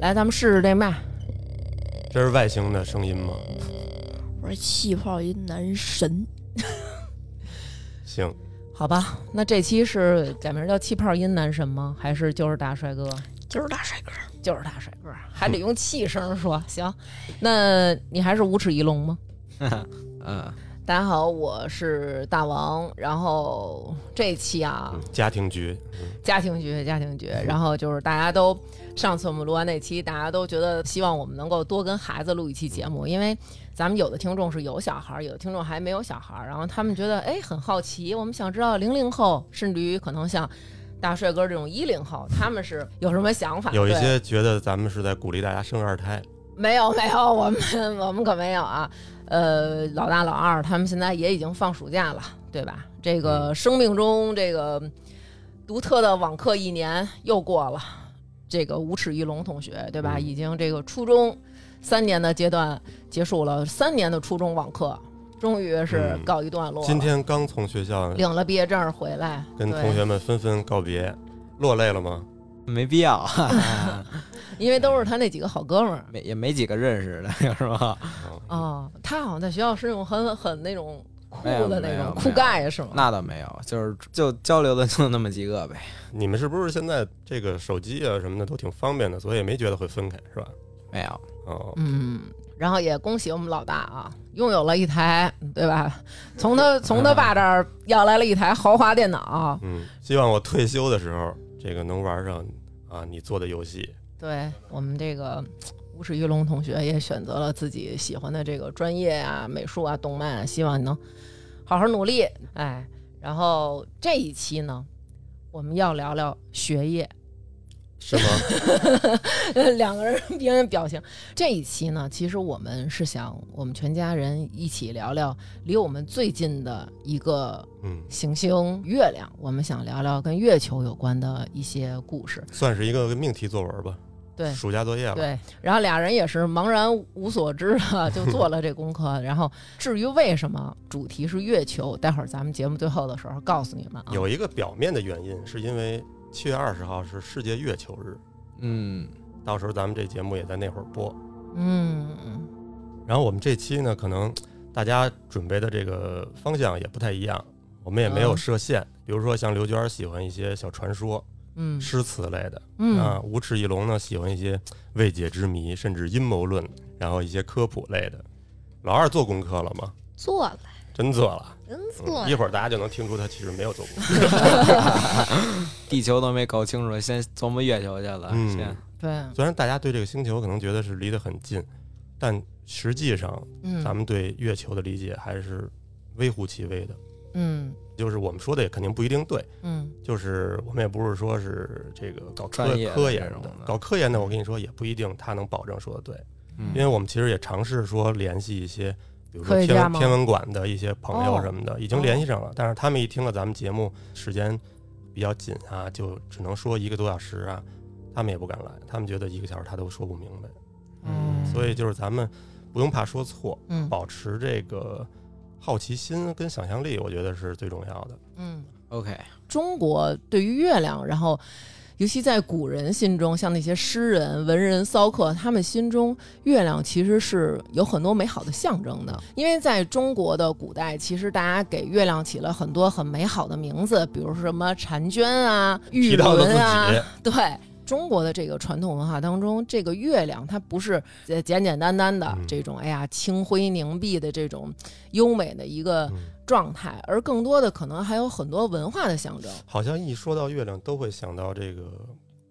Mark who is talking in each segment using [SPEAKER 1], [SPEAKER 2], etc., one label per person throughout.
[SPEAKER 1] 来，咱们试试这麦。
[SPEAKER 2] 这是外星的声音吗？
[SPEAKER 3] 我说气泡音男神，
[SPEAKER 2] 行，
[SPEAKER 1] 好吧，那这期是改名叫气泡音男神吗？还是就是大帅哥？
[SPEAKER 3] 就是大帅哥。
[SPEAKER 1] 就是大帅哥，还得用气声 说。行，那你还是无齿翼龙 吗？
[SPEAKER 4] 嗯，
[SPEAKER 1] 大家好，我是大王。然后这期啊，
[SPEAKER 2] 嗯家庭局，嗯
[SPEAKER 1] 家庭局，家庭局。然后就是大家都上次我们录完那期，大家都觉得希望我们能够多跟孩子录一期节目，
[SPEAKER 2] 嗯
[SPEAKER 1] 因为咱们有的听众是有小孩儿，有的听众还没有小孩儿，然后他们觉得哎很好奇，我们想知道零零后，甚至于可能像大帅哥这种一零后，他们是有什么想法？
[SPEAKER 2] 有一
[SPEAKER 1] 对
[SPEAKER 2] 些觉得咱们是在鼓励大家生二胎，
[SPEAKER 1] 没有没有，我们我们可没有啊。呃，老大老二他们现在也已经放暑假了，对吧？这个生命中这个独特的网课一年又过了，这个无齿翼龙同学，对吧？
[SPEAKER 2] 嗯
[SPEAKER 1] 已经这个初中三年的阶段结束了，三年的初中网课终于是
[SPEAKER 2] 嗯
[SPEAKER 1] 告一段落了。
[SPEAKER 2] 今天刚从学校
[SPEAKER 1] 领了毕业证回来，
[SPEAKER 2] 跟
[SPEAKER 1] 对
[SPEAKER 2] 同学们纷纷告别，落泪了吗？
[SPEAKER 4] 没必要，
[SPEAKER 1] 因为都是他那几个好哥们儿。
[SPEAKER 4] 没也没几个认识的， 是吧？
[SPEAKER 2] 啊，
[SPEAKER 1] 哦，他好像在学校是那种很很那种酷
[SPEAKER 4] 没有
[SPEAKER 1] 的那
[SPEAKER 4] 没有
[SPEAKER 1] 种
[SPEAKER 4] 没
[SPEAKER 1] 酷
[SPEAKER 4] 有
[SPEAKER 1] 盖是吗？
[SPEAKER 4] 那倒没有，就是就交流的就那么几个呗。
[SPEAKER 2] 你们是不是现在这个手机啊什么的都挺方便的，所以也没觉得会分开是吧？
[SPEAKER 4] 没有，
[SPEAKER 2] 哦，
[SPEAKER 1] 嗯，然后也恭喜我们老大啊，拥有了一台，对吧？从他从他爸这儿要来了一台豪华电脑，
[SPEAKER 2] 嗯，希望我退休的时候，这个能玩上啊你做的游戏。
[SPEAKER 1] 对我们这个吴齿玉龙同学也选择了自己喜欢的这个专业啊，美术啊，动漫啊，希望你能好好努力，哎。然后这一期呢，我们要聊聊学业，
[SPEAKER 2] 是吗？
[SPEAKER 1] 两个人别人表情。这一期呢，其实我们是想我们全家人一起聊聊离我们最近的一个
[SPEAKER 2] 嗯，
[SPEAKER 1] 行星月亮，我们想聊聊跟月球有关的一些故事。
[SPEAKER 2] 算是一个命题作文吧，
[SPEAKER 1] 对
[SPEAKER 2] 暑假作业了。
[SPEAKER 1] 对，然后俩人也是茫然无所知的就做了这功 课。然后至于为什么主题是月球，待会儿咱们节目最后的时候告诉你们啊。
[SPEAKER 2] 有一个表面的原因，是因为七月二十号是世界月球日，
[SPEAKER 4] 嗯，
[SPEAKER 2] 到时候咱们这节目也在那会儿播。
[SPEAKER 1] 嗯，嗯
[SPEAKER 2] 然后我们这期呢，可能大家准备的这个方向也不太一样，我们也没有
[SPEAKER 1] 嗯
[SPEAKER 2] 设限。比如说像刘娟儿喜欢一些小传说、
[SPEAKER 1] 嗯
[SPEAKER 2] 诗词类的，啊
[SPEAKER 1] 嗯，，
[SPEAKER 2] 无齿翼龙呢喜欢一些未解之谜，甚至阴谋论，然后一些科普类的。老二做功课了吗？
[SPEAKER 3] 做了，
[SPEAKER 2] 真做了，
[SPEAKER 3] 真
[SPEAKER 2] 嗯
[SPEAKER 3] 做了。
[SPEAKER 2] 一会儿大家就能听出他其实没有做功课。
[SPEAKER 4] 地球都没搞清楚，先琢磨月球去了。
[SPEAKER 2] 嗯
[SPEAKER 4] 先
[SPEAKER 1] 对，
[SPEAKER 2] 虽然大家对这个星球可能觉得是离得很近，但实际上
[SPEAKER 1] 嗯，
[SPEAKER 2] 咱们对月球的理解还是微乎其微的。
[SPEAKER 1] 嗯
[SPEAKER 2] 就是我们说的也肯定不一定对，
[SPEAKER 1] 嗯
[SPEAKER 2] 就是我们也不是说是这个搞科
[SPEAKER 4] 专业的
[SPEAKER 2] 科研
[SPEAKER 4] 这种的
[SPEAKER 2] 搞科研的，我跟你说也不一定他能保证说的对，
[SPEAKER 4] 嗯
[SPEAKER 2] 因为我们其实也尝试说联系一些，比如
[SPEAKER 1] 科
[SPEAKER 2] 说
[SPEAKER 1] 学
[SPEAKER 2] 天
[SPEAKER 1] 家
[SPEAKER 2] 文
[SPEAKER 1] 吗
[SPEAKER 2] 天文馆的一些朋友
[SPEAKER 1] 哦
[SPEAKER 2] 什么的，已经联系上了，但是他们一听了咱们节目时间比较紧啊，就只能说一个多小时啊，他们也不敢来，他们觉得一个小时他都说不明白，
[SPEAKER 1] 嗯，
[SPEAKER 2] 所以就是咱们不用怕说错，
[SPEAKER 1] 嗯
[SPEAKER 2] 保持这个好奇心跟想象力，我觉得是最重要的。
[SPEAKER 1] 嗯。
[SPEAKER 4] OK，
[SPEAKER 1] 中国对于月亮，然后尤其在古人心中，像那些诗人、文人、骚客，他们心中月亮其实是有很多美好的象征的。
[SPEAKER 2] 嗯
[SPEAKER 1] 因为在中国的古代，其实大家给月亮起了很多很美好的名字，比如说什么婵娟啊、玉
[SPEAKER 2] 提到了自
[SPEAKER 1] 轮
[SPEAKER 2] 己，
[SPEAKER 1] 啊，对。中国的这个传统文化当中，这个月亮它不是呃简简单单的
[SPEAKER 2] 嗯
[SPEAKER 1] 这种，哎呀清辉凝碧的这种优美的一个
[SPEAKER 2] 嗯
[SPEAKER 1] 状态，而更多的可能还有很多文化的象征。
[SPEAKER 2] 好像一说到月亮，都会想到这个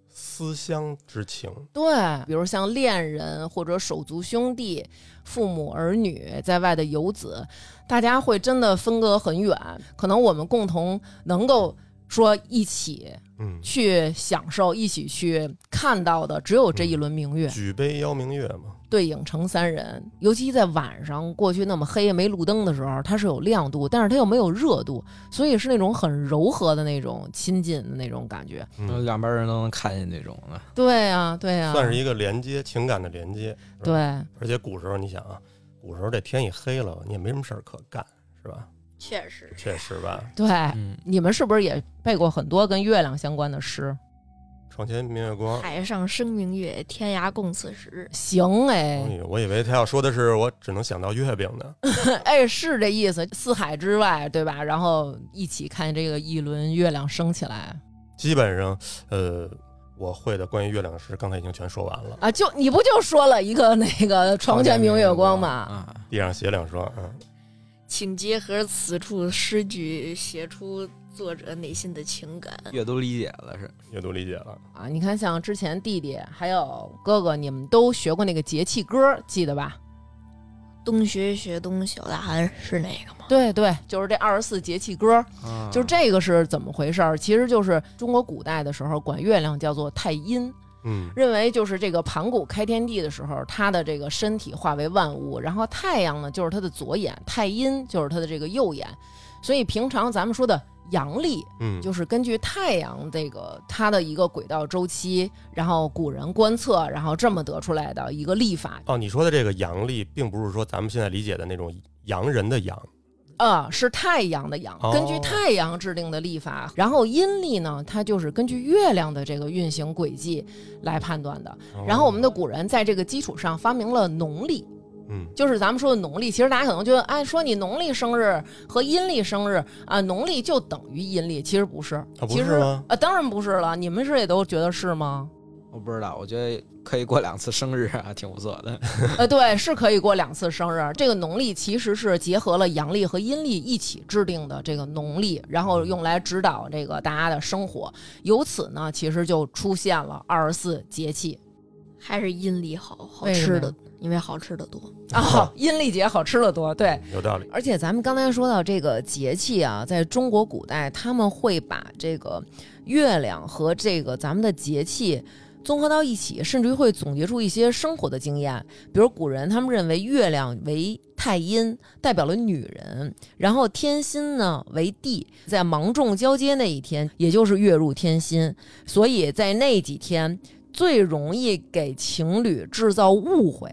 [SPEAKER 2] 思乡之情。
[SPEAKER 1] 对，比如像恋人或者手足兄弟、父母儿女在外的游子，大家会真的分隔很远。可能我们共同能够说一起
[SPEAKER 2] 嗯，
[SPEAKER 1] 去享受、一起去看到的，只有这一轮明月，
[SPEAKER 2] 举杯邀明月嘛。
[SPEAKER 1] 对影成三人。尤其在晚上，过去那么黑没路灯的时候，它是有亮度，但是它又没有热度，所以是那种很柔和的那种亲近的那种感觉。
[SPEAKER 2] 嗯
[SPEAKER 4] 两边人都能看见这种的。
[SPEAKER 1] 对啊，对啊，
[SPEAKER 2] 算是一个连接，情感的连接。
[SPEAKER 1] 对。
[SPEAKER 2] 而且古时候，你想啊，古时候这天一黑了，你也没什么事儿可干，是吧？
[SPEAKER 3] 确实，
[SPEAKER 2] 确实吧。
[SPEAKER 1] 对，
[SPEAKER 4] 嗯，
[SPEAKER 1] 你们是不是也背过很多跟月亮相关的诗？
[SPEAKER 2] 床前明月光。
[SPEAKER 3] 海上生明月，天涯共此时。
[SPEAKER 1] 行哎，
[SPEAKER 2] 哎，我以为他要说的是我只能想到月饼呢。
[SPEAKER 1] 哎，是这意思，四海之外，对吧？然后一起看这个一轮月亮升起来
[SPEAKER 2] 基本上，呃，我会的关于月亮诗刚才已经全说完了。
[SPEAKER 1] 啊！就你不就说了一个那个床前明月光吗？
[SPEAKER 4] 啊，
[SPEAKER 2] 地上写两双，嗯，
[SPEAKER 3] 请结合此处诗句，写出作者内心的情感。
[SPEAKER 4] 阅读理解了是
[SPEAKER 2] 阅读理解了。
[SPEAKER 1] 啊，你看，像之前弟弟还有哥哥，你们都学过那个节气歌，记得吧？
[SPEAKER 3] 冬学雪冬小大寒是哪个吗？
[SPEAKER 1] 对对，就是这二十四节气歌，
[SPEAKER 4] 啊，
[SPEAKER 1] 就这个是怎么回事儿？其实就是中国古代的时候管月亮叫做太阴，
[SPEAKER 2] 嗯，
[SPEAKER 1] 认为就是这个盘古开天地的时候，他的这个身体化为万物，然后太阳呢就是他的左眼，太阴就是他的这个右眼，所以平常咱们说的阳历
[SPEAKER 2] 嗯，
[SPEAKER 1] 就是根据太阳这个它的一个轨道周期，然后古人观测，然后这么得出来的一个历法。
[SPEAKER 2] 哦，你说的这个阳历，并不是说咱们现在理解的那种洋人的洋，
[SPEAKER 1] 呃，是太阳的阳
[SPEAKER 2] 哦，
[SPEAKER 1] 根据太阳制定的历法。然后阴历呢，它就是根据月亮的这个运行轨迹来判断的。哦然后我们的古人在这个基础上发明了农历。
[SPEAKER 2] 嗯，
[SPEAKER 1] 就是咱们说的农历，其实大家可能觉得，哎，说你农历生日和阴历生日啊，农历就等于阴历，其实不是，
[SPEAKER 2] 不
[SPEAKER 1] 其
[SPEAKER 2] 是
[SPEAKER 1] 实
[SPEAKER 2] 吗
[SPEAKER 1] 啊，当然不是了。你们是也都觉得是吗？
[SPEAKER 4] 我不知道，我觉得可以过两次生日啊，挺不错的。
[SPEAKER 1] 呃，对，是可以过两次生日。这个农历其实是结合了阳历和阴历一起制定的这个农历，然后
[SPEAKER 2] 嗯
[SPEAKER 1] 用来指导这个大家的生活。由此呢，其实就出现了二十四节气
[SPEAKER 3] 还是阴历好好
[SPEAKER 1] 为什么
[SPEAKER 3] 吃
[SPEAKER 1] 呀
[SPEAKER 3] 的，因为好吃的多。
[SPEAKER 1] 啊、 阴历节好吃的多，对。
[SPEAKER 2] 有道理。
[SPEAKER 1] 而且咱们刚才说到这个节气啊，在中国古代他们会把这个月亮和这个咱们的节气。综合到一起，甚至于会总结出一些生活的经验。比如古人他们认为月亮为太阴，代表了女人；然后天心呢为地，在芒种交接那一天，也就是月入天心，所以在那几天最容易给情侣制造误会。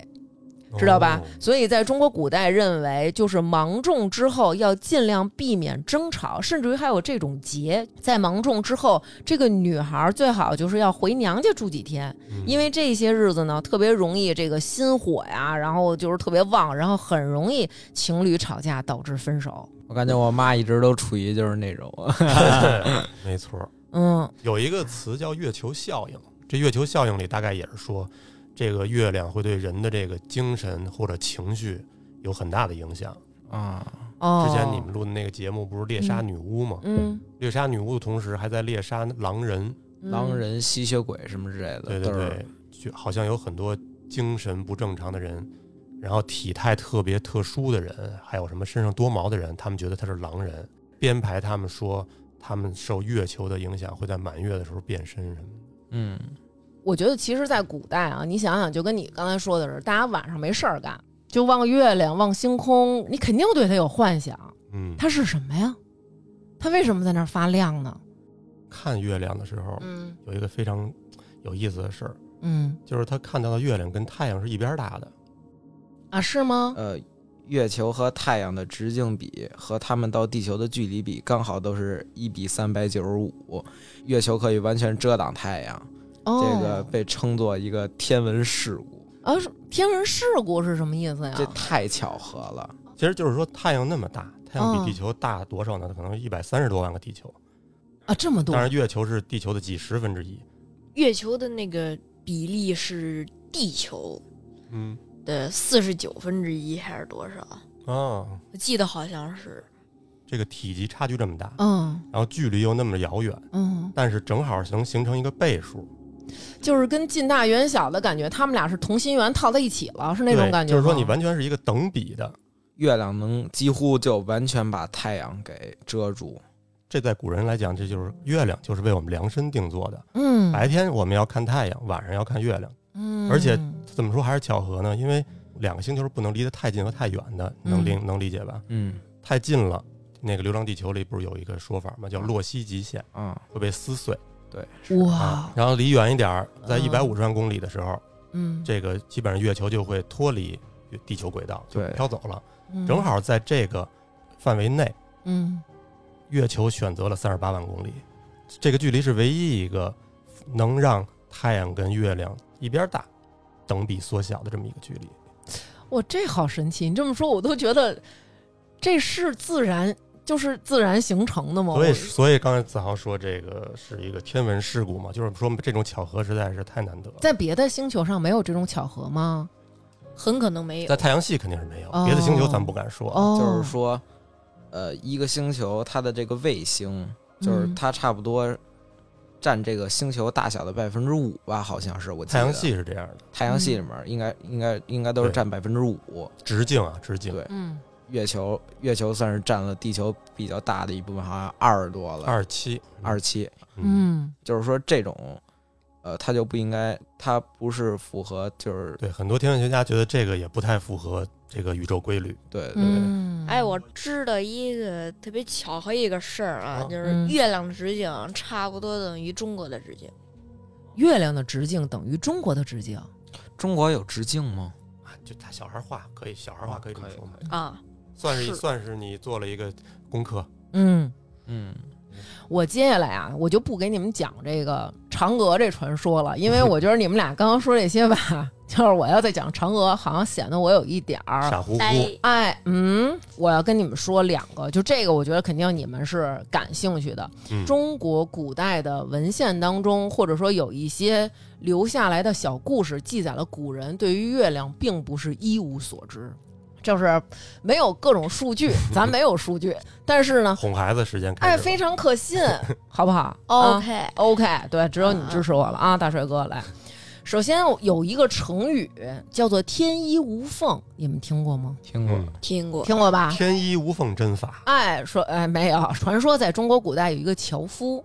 [SPEAKER 1] 知道吧
[SPEAKER 2] 哦？
[SPEAKER 1] 所以在中国古代认为，就是芒种之后要尽量避免争吵，甚至于还有这种节，在芒种之后，这个女孩最好就是要回娘家住几天，
[SPEAKER 2] 嗯
[SPEAKER 1] 因 为这些日子呢特别容易这个心火呀，然后就是特别旺，然后很容易情侣吵架导致分手。
[SPEAKER 4] 我感觉我妈一直都处于就是那种
[SPEAKER 2] 没错儿，
[SPEAKER 1] 嗯，
[SPEAKER 2] 有一个词叫月球效应，这月球效应里大概也是说，这个月亮会对人的这个精神或者情绪有很大的影响。
[SPEAKER 4] 啊，
[SPEAKER 1] 哦，
[SPEAKER 2] 之前你们录的那个节目不是猎杀女巫吗？
[SPEAKER 1] 嗯，
[SPEAKER 2] 猎杀女巫的同时还在猎杀狼人，
[SPEAKER 1] 嗯
[SPEAKER 4] 狼人、吸血鬼什么之类的，
[SPEAKER 2] 对对
[SPEAKER 4] 都是
[SPEAKER 2] 对，就好像有很多精神不正常的人，然后体态特别特殊的人，还有什么身上多毛的人，他们觉得他是狼人，编排他们说他们受月球的影响会在满月的时候变身什么的。
[SPEAKER 4] 嗯，
[SPEAKER 1] 我觉得其实，在古代啊，你想想，就跟你刚才说的是，大家晚上没事儿干，就望月亮、望星空，你肯定对它有幻想。
[SPEAKER 2] 嗯，
[SPEAKER 1] 它是什么呀？它为什么在那儿发亮呢？
[SPEAKER 2] 看月亮的时候
[SPEAKER 1] 嗯
[SPEAKER 2] 有一个非常有意思的事儿，
[SPEAKER 1] 嗯
[SPEAKER 2] 就是他看到的月亮跟太阳是一边儿大的。
[SPEAKER 1] 啊，是吗？
[SPEAKER 4] 呃，月球和太阳的直径比和它们到地球的距离比，刚好都是一比三百九十五。月球可以完全遮挡太阳，
[SPEAKER 2] 呃
[SPEAKER 1] 哦，
[SPEAKER 4] 这个被称作一个天文事故，
[SPEAKER 1] 啊，是天文事故是什么意思呀？
[SPEAKER 4] 这太巧合了。
[SPEAKER 2] 其实就是说太阳那么大，太阳
[SPEAKER 1] 哦
[SPEAKER 2] 比地球大多少呢？可能一百三十多万个地球，
[SPEAKER 1] 啊，这么多
[SPEAKER 2] 当然月球是地球的几十分之一。
[SPEAKER 3] 月球的那个比例是地球
[SPEAKER 2] 嗯
[SPEAKER 3] 的四十九分之一还是多少？
[SPEAKER 2] 啊，
[SPEAKER 3] 我记得好像是
[SPEAKER 2] 这个体积差距这么大，
[SPEAKER 1] 嗯
[SPEAKER 2] 然后距离又那么遥远，
[SPEAKER 1] 嗯，
[SPEAKER 2] 但是正好能形成一个倍数，
[SPEAKER 1] 就是跟近大远小的感觉，他们俩是同心圆套在一起了，是那种
[SPEAKER 2] 对
[SPEAKER 1] 感觉
[SPEAKER 2] 就
[SPEAKER 1] 吗。
[SPEAKER 2] 是说你完全是一个等比的。
[SPEAKER 4] 月亮能几乎就完全把太阳给遮住，
[SPEAKER 2] 这在古人来讲，这就是月亮，就是为我们量身定做的。
[SPEAKER 1] 嗯
[SPEAKER 2] 白天我们要看太阳，晚上要看月亮。
[SPEAKER 1] 嗯，
[SPEAKER 2] 而且怎么说还是巧合呢？因为两个星球是不能离得太近和太远的，能理、能理解吧？
[SPEAKER 4] 嗯
[SPEAKER 2] 太近了，那个《流浪地球》里不是有一个说法吗？叫洛希极限
[SPEAKER 4] 啊，
[SPEAKER 2] 会被撕碎
[SPEAKER 4] 对，是
[SPEAKER 1] 哇哦
[SPEAKER 2] 啊。，然后离远一点儿，在
[SPEAKER 1] 嗯
[SPEAKER 2] 一百五十万公里的时候，
[SPEAKER 1] 嗯，
[SPEAKER 2] 这个基本上月球就会脱离地球轨道，就
[SPEAKER 4] 对
[SPEAKER 2] 飘走了。
[SPEAKER 1] 嗯
[SPEAKER 2] 正好在这个范围内，
[SPEAKER 1] 嗯
[SPEAKER 2] 月球选择了三十八万公里，这个距离是唯一一个能让太阳跟月亮一边大，等比缩小的这么一个距离。
[SPEAKER 1] 哇，这好神奇！你这么说，我都觉得这是自然，就是自然形成的吗？
[SPEAKER 2] 所以，
[SPEAKER 1] 我
[SPEAKER 2] 所以刚才子豪说这个是一个天文事故嘛，就是说这种巧合实在是太难得了。
[SPEAKER 1] 在别的星球上没有这种巧合吗？
[SPEAKER 3] 很可能没有
[SPEAKER 2] 在。太阳系肯定是没有，
[SPEAKER 1] 哦
[SPEAKER 2] 别的星球咱不敢说。啊
[SPEAKER 1] 哦，
[SPEAKER 4] 就是说，呃，一个星球它的这个卫星，就是
[SPEAKER 1] 嗯
[SPEAKER 4] 它差不多占这个星球大小的百分之五吧，好像是我记
[SPEAKER 2] 太
[SPEAKER 4] 得
[SPEAKER 2] 阳系是这样的，
[SPEAKER 4] 太阳系里面
[SPEAKER 1] 嗯
[SPEAKER 4] 应该应该应该都是
[SPEAKER 2] 对
[SPEAKER 4] 占百分之五，
[SPEAKER 2] 直径啊，直径
[SPEAKER 4] 对
[SPEAKER 1] 嗯，
[SPEAKER 4] 月球月球算是占了地球比较大的一部分，好像二十多了，
[SPEAKER 2] 二十七，
[SPEAKER 4] 二十七，
[SPEAKER 2] 嗯，
[SPEAKER 1] 嗯
[SPEAKER 4] 就是说这种。呃，它就不应该，它不是符合，就是
[SPEAKER 2] 对，很多天文学家觉得这个也不太符合这个宇宙规律。
[SPEAKER 4] 对对对，
[SPEAKER 1] 嗯，
[SPEAKER 3] 哎，我知道一个特别巧合一个事儿啊
[SPEAKER 2] 啊，
[SPEAKER 3] 就是
[SPEAKER 1] 嗯
[SPEAKER 3] 月亮直径差不多等于中国的直径。
[SPEAKER 1] 月亮的直径等于中国的直径，
[SPEAKER 4] 中国有直径吗？
[SPEAKER 2] 啊，就他小孩画可以，小孩画可以这么说
[SPEAKER 1] 嗯
[SPEAKER 2] 嘛，
[SPEAKER 3] 啊，
[SPEAKER 2] 算是
[SPEAKER 3] 是
[SPEAKER 2] 算是你做了一个功课。
[SPEAKER 1] 嗯。
[SPEAKER 4] 嗯，
[SPEAKER 1] 我接下来啊，我就不给你们讲这个嫦娥这传说了，因为我觉得你们俩刚刚说这些吧， 就是我要再讲嫦娥，好像显得我有一点儿。
[SPEAKER 2] 傻乎
[SPEAKER 3] 呆
[SPEAKER 2] 乎，
[SPEAKER 1] 啊哎，嗯，我要跟你们说两个，就这个，我觉得肯定你们是感兴趣的。
[SPEAKER 2] 嗯，
[SPEAKER 1] 中国古代的文献当中，或者说有一些留下来的小故事，记载了古人对于月亮并不是一无所知，就是没有各种数 据，咱没有数据，但是呢，
[SPEAKER 2] 哄孩子时间开
[SPEAKER 1] 哎，
[SPEAKER 2] 始了。
[SPEAKER 1] 非常可信， 好不好啊
[SPEAKER 3] OK，
[SPEAKER 1] OK，对，只有你支持我了啊，大帅哥来。首先有一个成语叫做“天衣无缝”，你们听过吗？
[SPEAKER 4] 听过。
[SPEAKER 2] 嗯
[SPEAKER 3] 听过
[SPEAKER 1] 听过吧？
[SPEAKER 2] 天衣无缝针法，
[SPEAKER 1] 哎，说哎没有，传说在中国古代有一个樵夫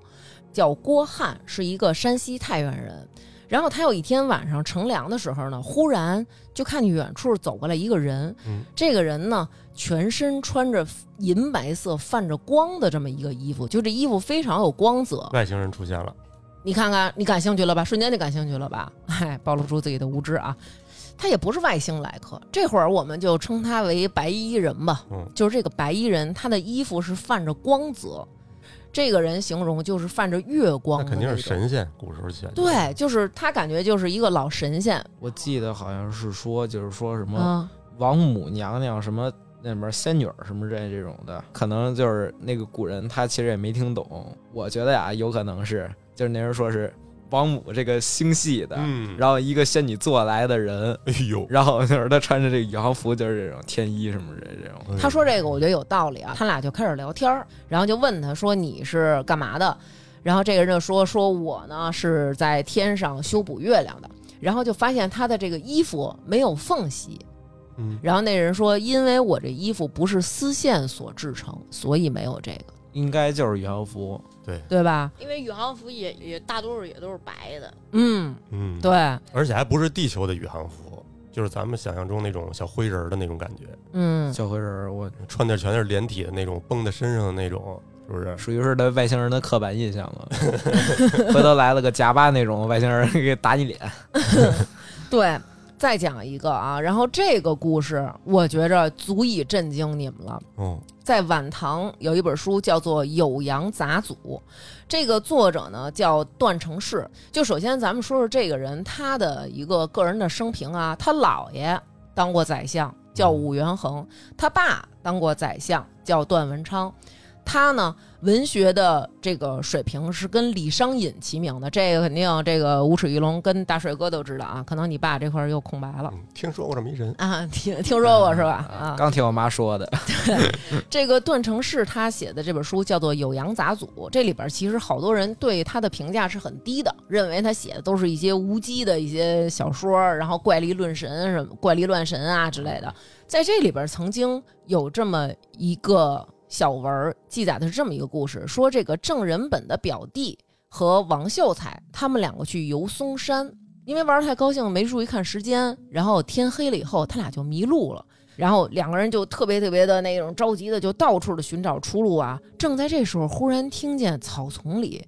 [SPEAKER 1] 叫郭汉，是一个山西太原人。然后他有一天晚上乘凉的时候呢，忽然就看见远处走过来一个人。
[SPEAKER 2] 嗯
[SPEAKER 1] 这个人呢，全身穿着银白色泛着光的这么一个衣服，就这衣服非常有光泽。
[SPEAKER 2] 外星人出现了，
[SPEAKER 1] 你看看，你感兴趣了吧？瞬间就感兴趣了吧？ 哎，暴露出自己的无知啊！他也不是外星来客，这会儿我们就称他为白衣人吧。
[SPEAKER 2] 嗯，
[SPEAKER 1] 就是这个白衣人，他的衣服是泛着光泽，这个人形容就是泛着月光
[SPEAKER 2] 那
[SPEAKER 1] 的
[SPEAKER 2] 肯定
[SPEAKER 1] 那
[SPEAKER 2] 是
[SPEAKER 1] 种。
[SPEAKER 2] 神仙，古时候写的。
[SPEAKER 1] 对，就是他感觉就是一个老神仙
[SPEAKER 4] 我记得好像是说，就是说什么
[SPEAKER 1] 啊、
[SPEAKER 4] 王母娘娘什么那边仙女儿什么这这种的，可能就是那个古人他其实也没听懂。我觉得呀，有可能是就是那人说是王母这个星系的，
[SPEAKER 2] 嗯，
[SPEAKER 4] 然后一个仙女座来的人，
[SPEAKER 2] 哎呦，
[SPEAKER 4] 然后就是他穿着这个宇航服，就是这种天衣什么这这种。
[SPEAKER 2] 嗯哎
[SPEAKER 1] 他说这个，我觉得有道理啊。他俩就开始聊天儿，然后就问他说你是干嘛的？然后这个人就说说我呢是在天上修补月亮的。然后就发现他的这个衣服没有缝隙。
[SPEAKER 2] 嗯，
[SPEAKER 1] 然后那人说，因为我这衣服不是丝线所制成，所以没有这个，
[SPEAKER 4] 应该就是宇航服，
[SPEAKER 2] 对，
[SPEAKER 1] 对吧？
[SPEAKER 3] 因为宇航服也也大多数也都是白的，
[SPEAKER 1] 嗯，
[SPEAKER 2] 嗯，
[SPEAKER 1] 对，
[SPEAKER 2] 而且还不是地球的宇航服，就是咱们想象中那种小灰人儿的那种感觉，
[SPEAKER 1] 嗯，
[SPEAKER 4] 小灰人儿，我
[SPEAKER 2] 穿的全是连体的那种，绷在身上的那种，是不是？
[SPEAKER 4] 属于是对外星人的刻板印象 了。回头来了个夹巴那种外星人，给打你脸。
[SPEAKER 1] 对，再讲一个啊，然后这个故事我觉着足以震惊你们了。
[SPEAKER 2] 嗯，
[SPEAKER 1] 在晚唐有一本书叫做《酉阳杂俎》，这个作者呢叫段成式。就首先咱们说说这个人他的一个个人的生平啊，他姥爷当过宰相，叫武元衡；他爸当过宰相，叫段文昌。他呢，文学的这个水平是跟李商隐齐名的，这个肯定这个无齿玉龙跟大帅哥都知道啊。可能你爸这块儿又空白了
[SPEAKER 2] 嗯听说过这么一人，
[SPEAKER 1] 啊，听听说过是吧？啊，
[SPEAKER 4] 刚听我妈说的，
[SPEAKER 1] 这个段成式他写的这本书叫做《酉阳杂俎》，这里边其实好多人对他的评价是很低的，认为他写的都是一些无稽的一些小说，然后怪力乱神啊什么怪力乱神啊之类的。在这里边曾经有这么一个小文儿记载的是这么一个故事，说这个郑仁本的表弟和王秀才他们两个去游嵩山，因为玩得太高兴了没注意看时间，然后天黑了以后他俩就迷路了。然后两个人就特别特别的那种着急的，就到处的寻找出路啊。正在这时候，忽然听见草丛里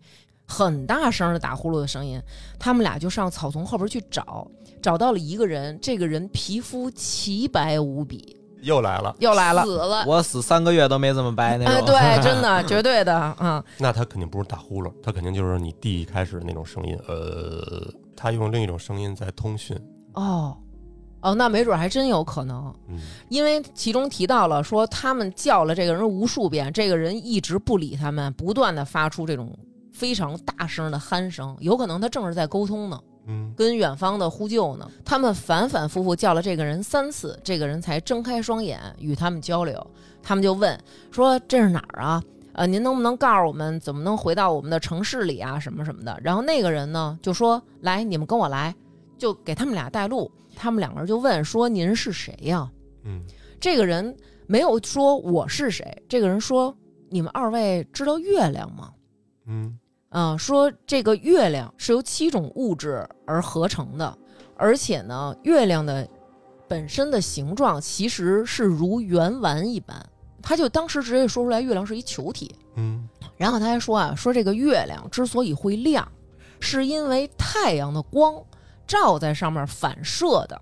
[SPEAKER 1] 很大声的打呼噜的声音，他们俩就上草丛后边去找，找到了一个人，这个人皮肤奇白无比，
[SPEAKER 2] 又来了，
[SPEAKER 1] 又来了。
[SPEAKER 3] 死了，
[SPEAKER 4] 我死三个月都没这么白那
[SPEAKER 1] 哎，
[SPEAKER 4] 种。
[SPEAKER 1] 对，真的，绝对的，嗯，
[SPEAKER 2] 那他肯定不是打呼噜，他肯定就是你 D 一开始那种声音，呃，他用另一种声音在通讯，
[SPEAKER 1] 哦，哦，那没准还真有可能，
[SPEAKER 2] 嗯，
[SPEAKER 1] 因为其中提到了说他们叫了这个人无数遍，这个人一直不理他们，不断的发出这种非常大声的鼾声，有可能他正是在沟通呢。
[SPEAKER 2] 嗯，
[SPEAKER 1] 跟远方的呼救呢。他们反反复复叫了这个人三次，这个人才睁开双眼与他们交流。他们就问说：“这是哪儿啊？呃，您能不能告诉我们怎么能回到我们的城市里啊？什么什么的。”然后那个人呢就说：“来，你们跟我来，就给他们俩带路。”他们两个人就问说：“您是谁呀、
[SPEAKER 2] 嗯，
[SPEAKER 1] 这个人没有说我是谁，这个人说：“你们二位知道月亮吗？”
[SPEAKER 2] 嗯，
[SPEAKER 1] 啊，说这个月亮是由七种物质而合成的，而且呢，月亮的本身的形状其实是如圆丸一般。他就当时直接说出来，月亮是一球体。
[SPEAKER 2] 嗯，
[SPEAKER 1] 然后他还说啊，说这个月亮之所以会亮，是因为太阳的光照在上面反射的。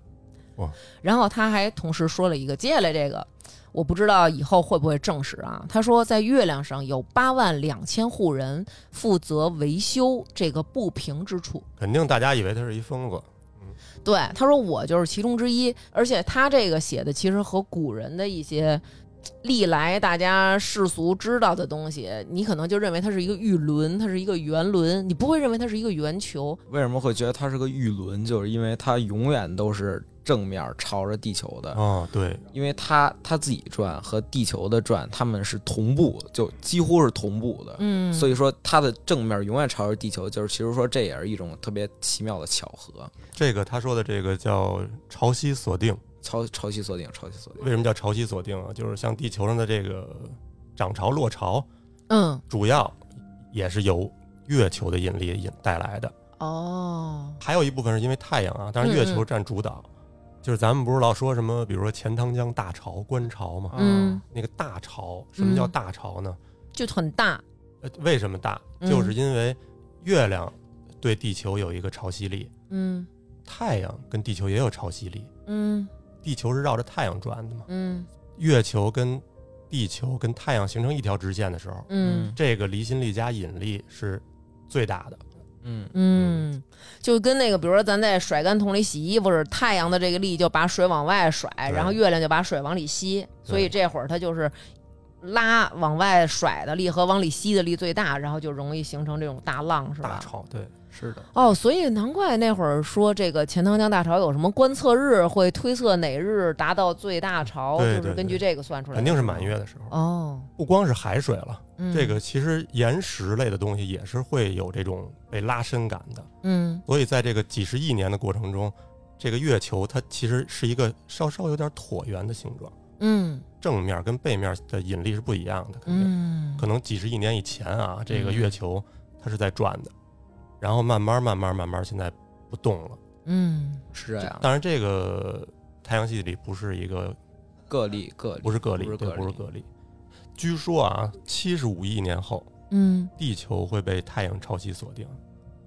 [SPEAKER 2] 哇！
[SPEAKER 1] 然后他还同时说了一个，接下来这个我不知道以后会不会证实啊。他说，在月亮上有八万两千户人负责维修这个不平之处。
[SPEAKER 2] 肯定大家以为他是一疯子，
[SPEAKER 1] 对，他说我就是其中之一，而且他这个写的其实和古人的一些历来大家世俗知道的东西，你可能就认为它是一个玉轮，它是一个圆轮，你不会认为它是一个圆球。
[SPEAKER 4] 为什么会觉得它是个玉轮？就是因为它永远都是正面朝着地球的，
[SPEAKER 2] 哦，对，
[SPEAKER 4] 因为它它自己转和地球的转，它们是同步，就几乎是同步的。
[SPEAKER 1] 嗯，
[SPEAKER 4] 所
[SPEAKER 1] 以
[SPEAKER 4] 以说，它的正面永远朝着地球，就是其实说这也是一种特别奇妙的巧合，
[SPEAKER 2] 这个他说的这个叫潮汐锁定，
[SPEAKER 4] 潮潮汐锁定，潮汐锁定。
[SPEAKER 2] 为什么叫潮汐锁定啊？就是像地球上的这个涨潮落潮，
[SPEAKER 1] 嗯，
[SPEAKER 2] 主要也是由月球的引力引带来的，
[SPEAKER 1] 哦，
[SPEAKER 2] 还有一部分是因为太阳啊，当然月球占主导。就是咱们不是老说什么，比如说钱塘江大潮、观潮
[SPEAKER 4] 啊
[SPEAKER 2] 嘛，
[SPEAKER 1] 嗯
[SPEAKER 2] 那个大潮，什么叫大潮呢？
[SPEAKER 1] 就很大，
[SPEAKER 2] 呃，为什么大？
[SPEAKER 1] 嗯
[SPEAKER 2] 就是因为月亮对地球有一个潮汐力，
[SPEAKER 1] 嗯
[SPEAKER 2] 太阳跟地球也有潮汐力，
[SPEAKER 1] 嗯
[SPEAKER 2] 地球是绕着太阳转的嘛。
[SPEAKER 1] 嗯
[SPEAKER 2] 月球跟地球跟太阳形成一条直线的时候，
[SPEAKER 1] 嗯
[SPEAKER 2] 这个离心力加引力是最大的。
[SPEAKER 4] 嗯，
[SPEAKER 1] 嗯，就跟那个，比如说咱在甩干桶里洗衣服似的，太阳的这个力就把水往外甩，然后月亮就把水往里吸，所以这会儿它就是拉往外甩的力和往里吸的力最大，然后就容易形成这种大浪，是
[SPEAKER 2] 大
[SPEAKER 1] 吧？
[SPEAKER 2] 潮，对，
[SPEAKER 4] 是的，
[SPEAKER 1] 哦，所以难怪那会儿说这个钱塘江大潮有什么观测日会推测哪日达到最大潮，
[SPEAKER 2] 对
[SPEAKER 1] 就是
[SPEAKER 2] 对
[SPEAKER 1] 根据这个算出来的，
[SPEAKER 2] 肯定是满月的时候。
[SPEAKER 1] 哦。
[SPEAKER 2] 不光是海水了，
[SPEAKER 1] 嗯
[SPEAKER 2] 这个其实岩石类的东西也是会有这种被拉伸感的。
[SPEAKER 1] 嗯
[SPEAKER 2] 所以在这个几十亿年的过程中，这个月球它其实是一个稍稍有点椭圆的形状，
[SPEAKER 1] 嗯
[SPEAKER 2] 正面跟背面的引力是不一样的，肯定。
[SPEAKER 1] 嗯
[SPEAKER 2] 可能几十亿年以前啊，这个
[SPEAKER 4] 嗯
[SPEAKER 2] 月球它是在转的，然后慢慢慢慢慢慢现在不动了。
[SPEAKER 1] 嗯
[SPEAKER 4] 是这样的，
[SPEAKER 2] 当然，这个太阳系里不是一个
[SPEAKER 4] 个例个例
[SPEAKER 2] 不是个例，
[SPEAKER 4] 不是
[SPEAKER 2] 对
[SPEAKER 4] 个
[SPEAKER 2] 不是
[SPEAKER 4] 例
[SPEAKER 2] 个例。据说啊，七十五亿年后，
[SPEAKER 1] 嗯，
[SPEAKER 2] 地球会被太阳潮汐锁定，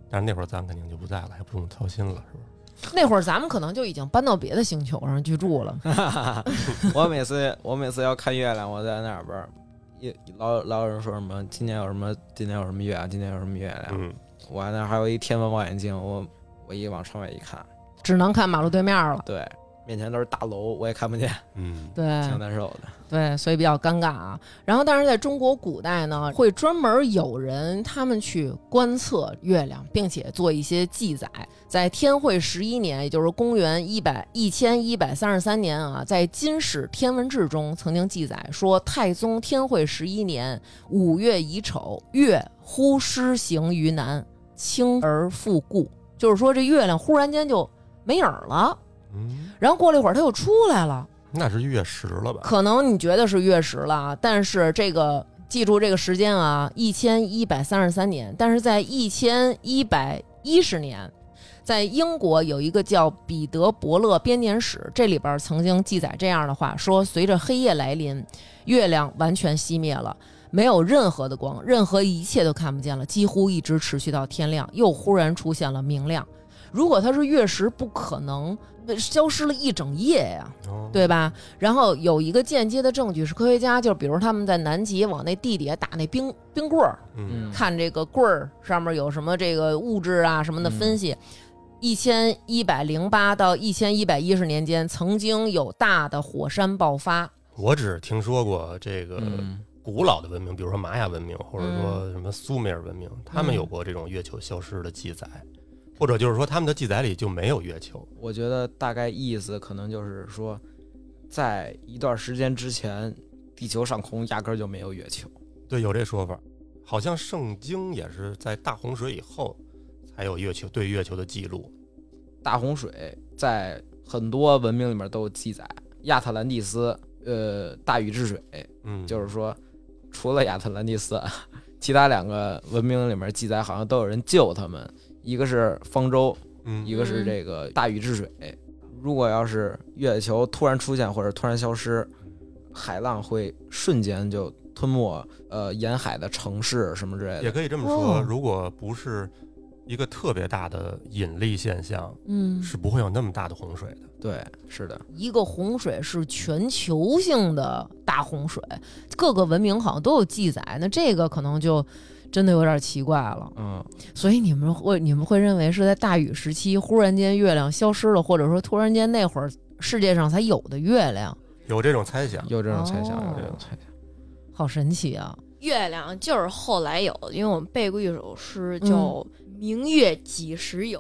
[SPEAKER 2] 但是那会儿咱肯定就不在了，也不用操心了，是吧？
[SPEAKER 1] 那会儿咱们可能就已经搬到别的星球上居住 了。
[SPEAKER 4] 我每 次我每次要看月亮，我在那边儿，一老老有人说什么今年有什么今年有什么月亮，今年有什么月亮，
[SPEAKER 2] 嗯，
[SPEAKER 4] 我那还有一天文望远镜，我我一往窗外一看，
[SPEAKER 1] 只能看马路对面了。
[SPEAKER 4] 对，面前都是大楼，我也看不见，
[SPEAKER 2] 嗯，
[SPEAKER 1] 对
[SPEAKER 4] 挺难受的。
[SPEAKER 1] 对，所以比较尴尬啊。然后，但是在中国古代呢，会专门有人他们去观测月亮，并且做一些记载。在天会十一年，也就是公元一百一千一百三十三年啊，在《金史天文志》中曾经记载说，太宗天会十一年五月乙丑，月忽失行于南，轻而复固，就是说这月亮忽然间就没影儿了。
[SPEAKER 2] 嗯，
[SPEAKER 1] 然后过了一会儿，它又出来了。
[SPEAKER 2] 那是月食了吧？
[SPEAKER 1] 可能你觉得是月食了啊，但是这个记住这个时间啊，一千一百三十三年，但是在一千一百一十年。在英国有一个叫《彼得伯勒编年史》，这里边曾经记载这样的话：说随着黑夜来临，月亮完全熄灭了，没有任何的光，任何一切都看不见了，几乎一直持续到天亮，又忽然出现了明亮。如果它是月食，不可能呃消失了一整夜呀、
[SPEAKER 2] 哦，
[SPEAKER 1] 对吧？然后有一个间接的证据是科学家，就是比如他们在南极往那地底下打那冰冰棍儿，
[SPEAKER 2] 嗯，
[SPEAKER 1] 看这个棍儿上面有什么这个物质啊什么的分析。一千一百零八到一千一百一十年间，曾经有大的火山爆发，
[SPEAKER 2] 我只听说过这个
[SPEAKER 4] 嗯
[SPEAKER 2] 古老的文明，比如说玛雅文明，或者
[SPEAKER 1] 嗯
[SPEAKER 2] 说什么苏美尔文明，他们有过这种月球消失的记载，或者就是说他们的记载里就没有月球。
[SPEAKER 4] 我觉得大概意思可能就是说，在一段时间之前，地球上空压根儿就没有月球。
[SPEAKER 2] 对，有这说法，好像圣经也是在大洪水以后才有月球对月球的记录。
[SPEAKER 4] 大洪水在很多文明里面都有记载，亚特兰蒂斯，呃，大禹治水，
[SPEAKER 2] 嗯，
[SPEAKER 4] 就是说，除了亚特兰蒂斯，其他两个文明里面记载好像都有人救他们，一个是方舟，
[SPEAKER 2] 嗯
[SPEAKER 4] 一个是这个大禹治水。如果要是月球突然出现或者突然消失，海浪会瞬间就吞没呃沿海的城市什么之类
[SPEAKER 2] 也
[SPEAKER 4] 的。
[SPEAKER 2] 可以这么说，
[SPEAKER 1] 哦
[SPEAKER 2] 如果不是一个特别大的引力现象，
[SPEAKER 1] 嗯
[SPEAKER 2] 是不会有那么大的洪水的。
[SPEAKER 4] 对，是的，
[SPEAKER 1] 一个洪水是全球性的大洪水，各个文明好像都有记载，那这个可能就真的有点奇怪了。
[SPEAKER 4] 嗯，
[SPEAKER 1] 所以你们会你们会认为是在大禹时期忽然间月亮消失了，或者说突然间那会儿世界上才有的月亮，
[SPEAKER 2] 有这种猜想，
[SPEAKER 4] 有这种猜想，
[SPEAKER 1] 哦
[SPEAKER 4] 有这种猜想。
[SPEAKER 1] 好神奇啊！
[SPEAKER 3] 月亮就是后来有的，因为我们背过一首诗
[SPEAKER 1] 嗯
[SPEAKER 3] 叫《明月几时有》，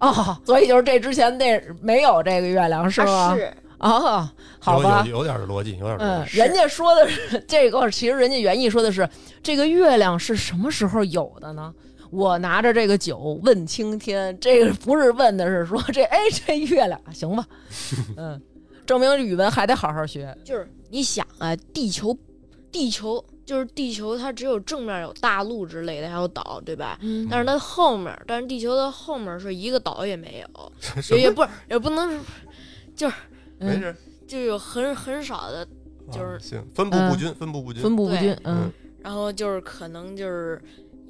[SPEAKER 1] 哦， 所以就是这之前那没有这个月亮是吗？
[SPEAKER 3] 它是
[SPEAKER 1] 哦，好
[SPEAKER 2] 有
[SPEAKER 1] 吧
[SPEAKER 2] 有，有点逻辑，有点逻
[SPEAKER 1] 嗯，
[SPEAKER 2] 辑。
[SPEAKER 1] 人家说的是这个，其实人家原意说的是这个月亮是什么时候有的呢？我拿着这个酒问青天，这个不是问的是说这哎这月亮行吧？嗯，证明语文还得好好学。
[SPEAKER 3] 就是你想啊，地球，地球就是地球，它只有正面有大陆之类的，还有岛，对吧？
[SPEAKER 1] 嗯
[SPEAKER 3] 但是它后面，但是地球的后面是一个岛也没有，
[SPEAKER 1] 嗯
[SPEAKER 2] 什么
[SPEAKER 3] 也也不是也不能是
[SPEAKER 2] 没事，
[SPEAKER 1] 嗯
[SPEAKER 3] 就有很很少的，就是
[SPEAKER 2] 啊行，分布不均，分布不
[SPEAKER 1] 嗯
[SPEAKER 2] 均。
[SPEAKER 1] 分布不均
[SPEAKER 3] 对，
[SPEAKER 1] 嗯
[SPEAKER 3] 然后就是可能就是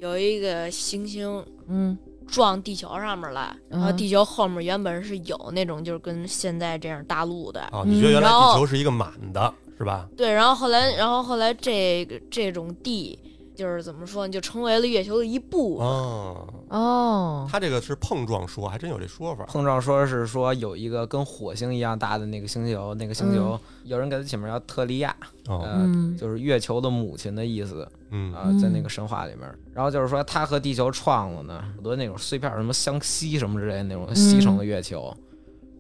[SPEAKER 3] 有一个行星
[SPEAKER 1] 嗯
[SPEAKER 3] 撞地球上面了，然后
[SPEAKER 1] 嗯
[SPEAKER 3] 地球后面原本是有那种就是跟现在这样大陆的，
[SPEAKER 2] 啊，你觉得原来
[SPEAKER 3] 嗯然后
[SPEAKER 1] 哦
[SPEAKER 2] 地球是一个满的，是吧？
[SPEAKER 3] 对，然后后来，然后后来这个这种地就是怎么说呢，就成为了月球的一部分。
[SPEAKER 2] 哦，
[SPEAKER 1] 哦，
[SPEAKER 2] 它这个是碰撞说，还真有这说法。
[SPEAKER 4] 碰撞说是说有一个跟火星一样大的那个星球，那个星球、有人给它起名叫特利亚，
[SPEAKER 2] 哦，
[SPEAKER 4] 呃
[SPEAKER 1] 嗯
[SPEAKER 4] 就是月球的母亲的意思
[SPEAKER 2] 嗯，
[SPEAKER 4] 啊、在那个神话里面。然后就是说它和地球撞了呢，很多那种碎片儿什么相吸什么之类的那种吸成了月球。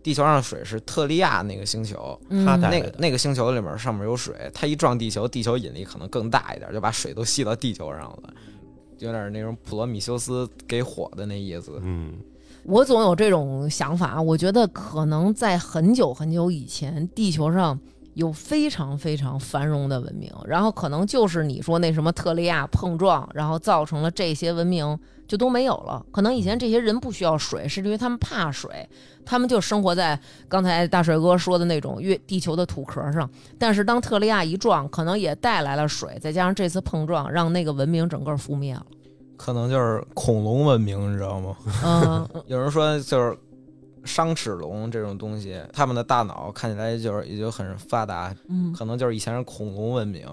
[SPEAKER 4] 地球上的水是特利亚那个星球，
[SPEAKER 2] 他带
[SPEAKER 1] 嗯
[SPEAKER 4] 那
[SPEAKER 2] 来
[SPEAKER 4] 个
[SPEAKER 2] 的
[SPEAKER 4] 那个星球里面上面有水，它一撞地球，地球引力可能更大一点，就把水都吸到地球上了，有点那种普罗米修斯给火的那意思。
[SPEAKER 2] 嗯，
[SPEAKER 1] 我总有这种想法，我觉得可能在很久很久以前，地球上有非常非常繁荣的文明，然后可能就是你说那什么特利亚碰撞，然后造成了这些文明就都没有了。可能以前这些人不需要水，是因为他们怕水，他们就生活在刚才大帅哥说的那种月地球的土壳上。但是当特利亚一撞，可能也带来了水，再加上这次碰撞，让那个文明整个覆灭了。
[SPEAKER 4] 可能就是恐龙文明，你知道吗？
[SPEAKER 1] 嗯，
[SPEAKER 4] 有人说就是商齿龙这种东西，他们的大脑看起来就是也就很发达，
[SPEAKER 1] 嗯
[SPEAKER 4] 可能就是以前是恐龙文明，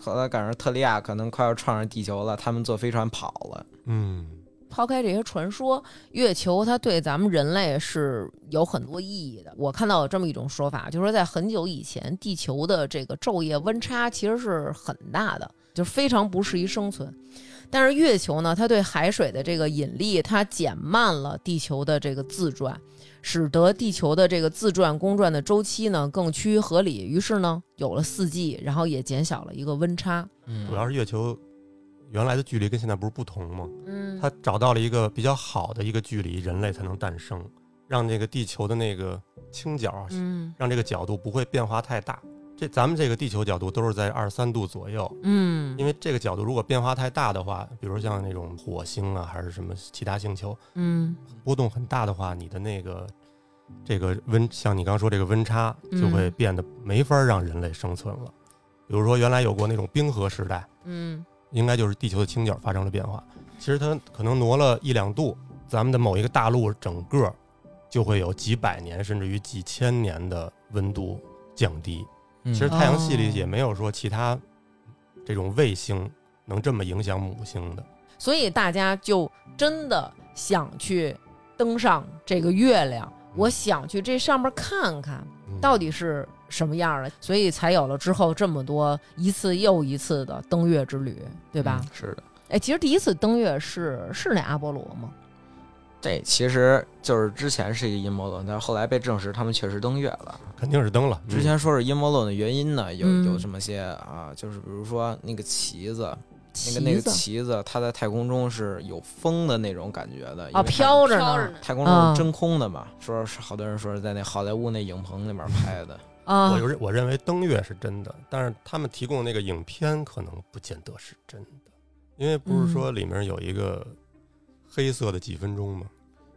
[SPEAKER 4] 后来赶上特利亚可能快要撞上地球了，他们坐飞船跑了。
[SPEAKER 2] 嗯，
[SPEAKER 1] 抛开这些传说，月球它对咱们人类是有很多意义的。我看到有这么一种说法，就是说在很久以前，地球的这个昼夜温差其实是很大的，就是非常不适宜生存。但是月球呢，它对海水的这个引力，它减慢了地球的这个自转，使得地球的这个自转公转的周期呢更趋于合理。于是呢，有了四季，然后也减小了一个温差。
[SPEAKER 4] 嗯
[SPEAKER 2] 主要是月球原来的距离跟现在不是不同吗？
[SPEAKER 1] 嗯
[SPEAKER 2] 它找到了一个比较好的一个距离，人类才能诞生，让这个地球的那个倾角，啊
[SPEAKER 1] 嗯
[SPEAKER 2] 让这个角度不会变化太大。这咱们这个地球角度都是在二三度左右，
[SPEAKER 1] 嗯
[SPEAKER 2] 因为这个角度如果变化太大的话，比如像那种火星啊，还是什么其他星球，
[SPEAKER 1] 嗯
[SPEAKER 2] 波动很大的话，你的那个这个温，像你刚说这个温差，就会
[SPEAKER 1] 嗯
[SPEAKER 2] 变得没法让人类生存了。比如说，原来有过那种冰河时代，
[SPEAKER 1] 嗯
[SPEAKER 2] 应该就是地球的倾角发生了变化。其实它可能挪了一两度，咱们的某一个大陆整个就会有几百年甚至于几千年的温度降低。
[SPEAKER 4] 其
[SPEAKER 2] 其实太阳系
[SPEAKER 1] 哦
[SPEAKER 2] 里也没有说其他这种卫星能这么影响母星的。
[SPEAKER 1] 所以大家就真的想去登上这个月亮，我想去这上面看看
[SPEAKER 2] 嗯
[SPEAKER 1] 到底是什么样的，所以才有了之后这么多一次又一次的登月之旅，对
[SPEAKER 2] 嗯
[SPEAKER 4] 对
[SPEAKER 1] 吧？
[SPEAKER 4] 是的，
[SPEAKER 1] 哎、其实第一次登月是是那阿波罗吗？
[SPEAKER 4] 这其实就是之前是一个阴谋论，但是后来被证实他们确实登月了。
[SPEAKER 2] 肯定是登了。
[SPEAKER 4] 之前说是阴谋论的原因呢，有
[SPEAKER 1] 嗯
[SPEAKER 4] 有这么些啊，就是比如说那个旗子，那
[SPEAKER 1] 旗
[SPEAKER 4] 个
[SPEAKER 1] 子
[SPEAKER 4] 那个旗子，它在太空中是有风的那种感觉的因为
[SPEAKER 1] 啊，
[SPEAKER 4] 它
[SPEAKER 1] 飘着
[SPEAKER 3] 飘着
[SPEAKER 1] 呢
[SPEAKER 3] 呢
[SPEAKER 4] 太空中
[SPEAKER 1] 啊
[SPEAKER 4] 是真空的嘛，说是好多人说是在那好莱坞那影棚那边拍的，
[SPEAKER 1] 啊
[SPEAKER 2] 我就认我认为登月是真的，但是他们提供的那个影片可能不见得是真的，因为不是说
[SPEAKER 1] 嗯
[SPEAKER 2] 里面有一个黑色的几分钟吗？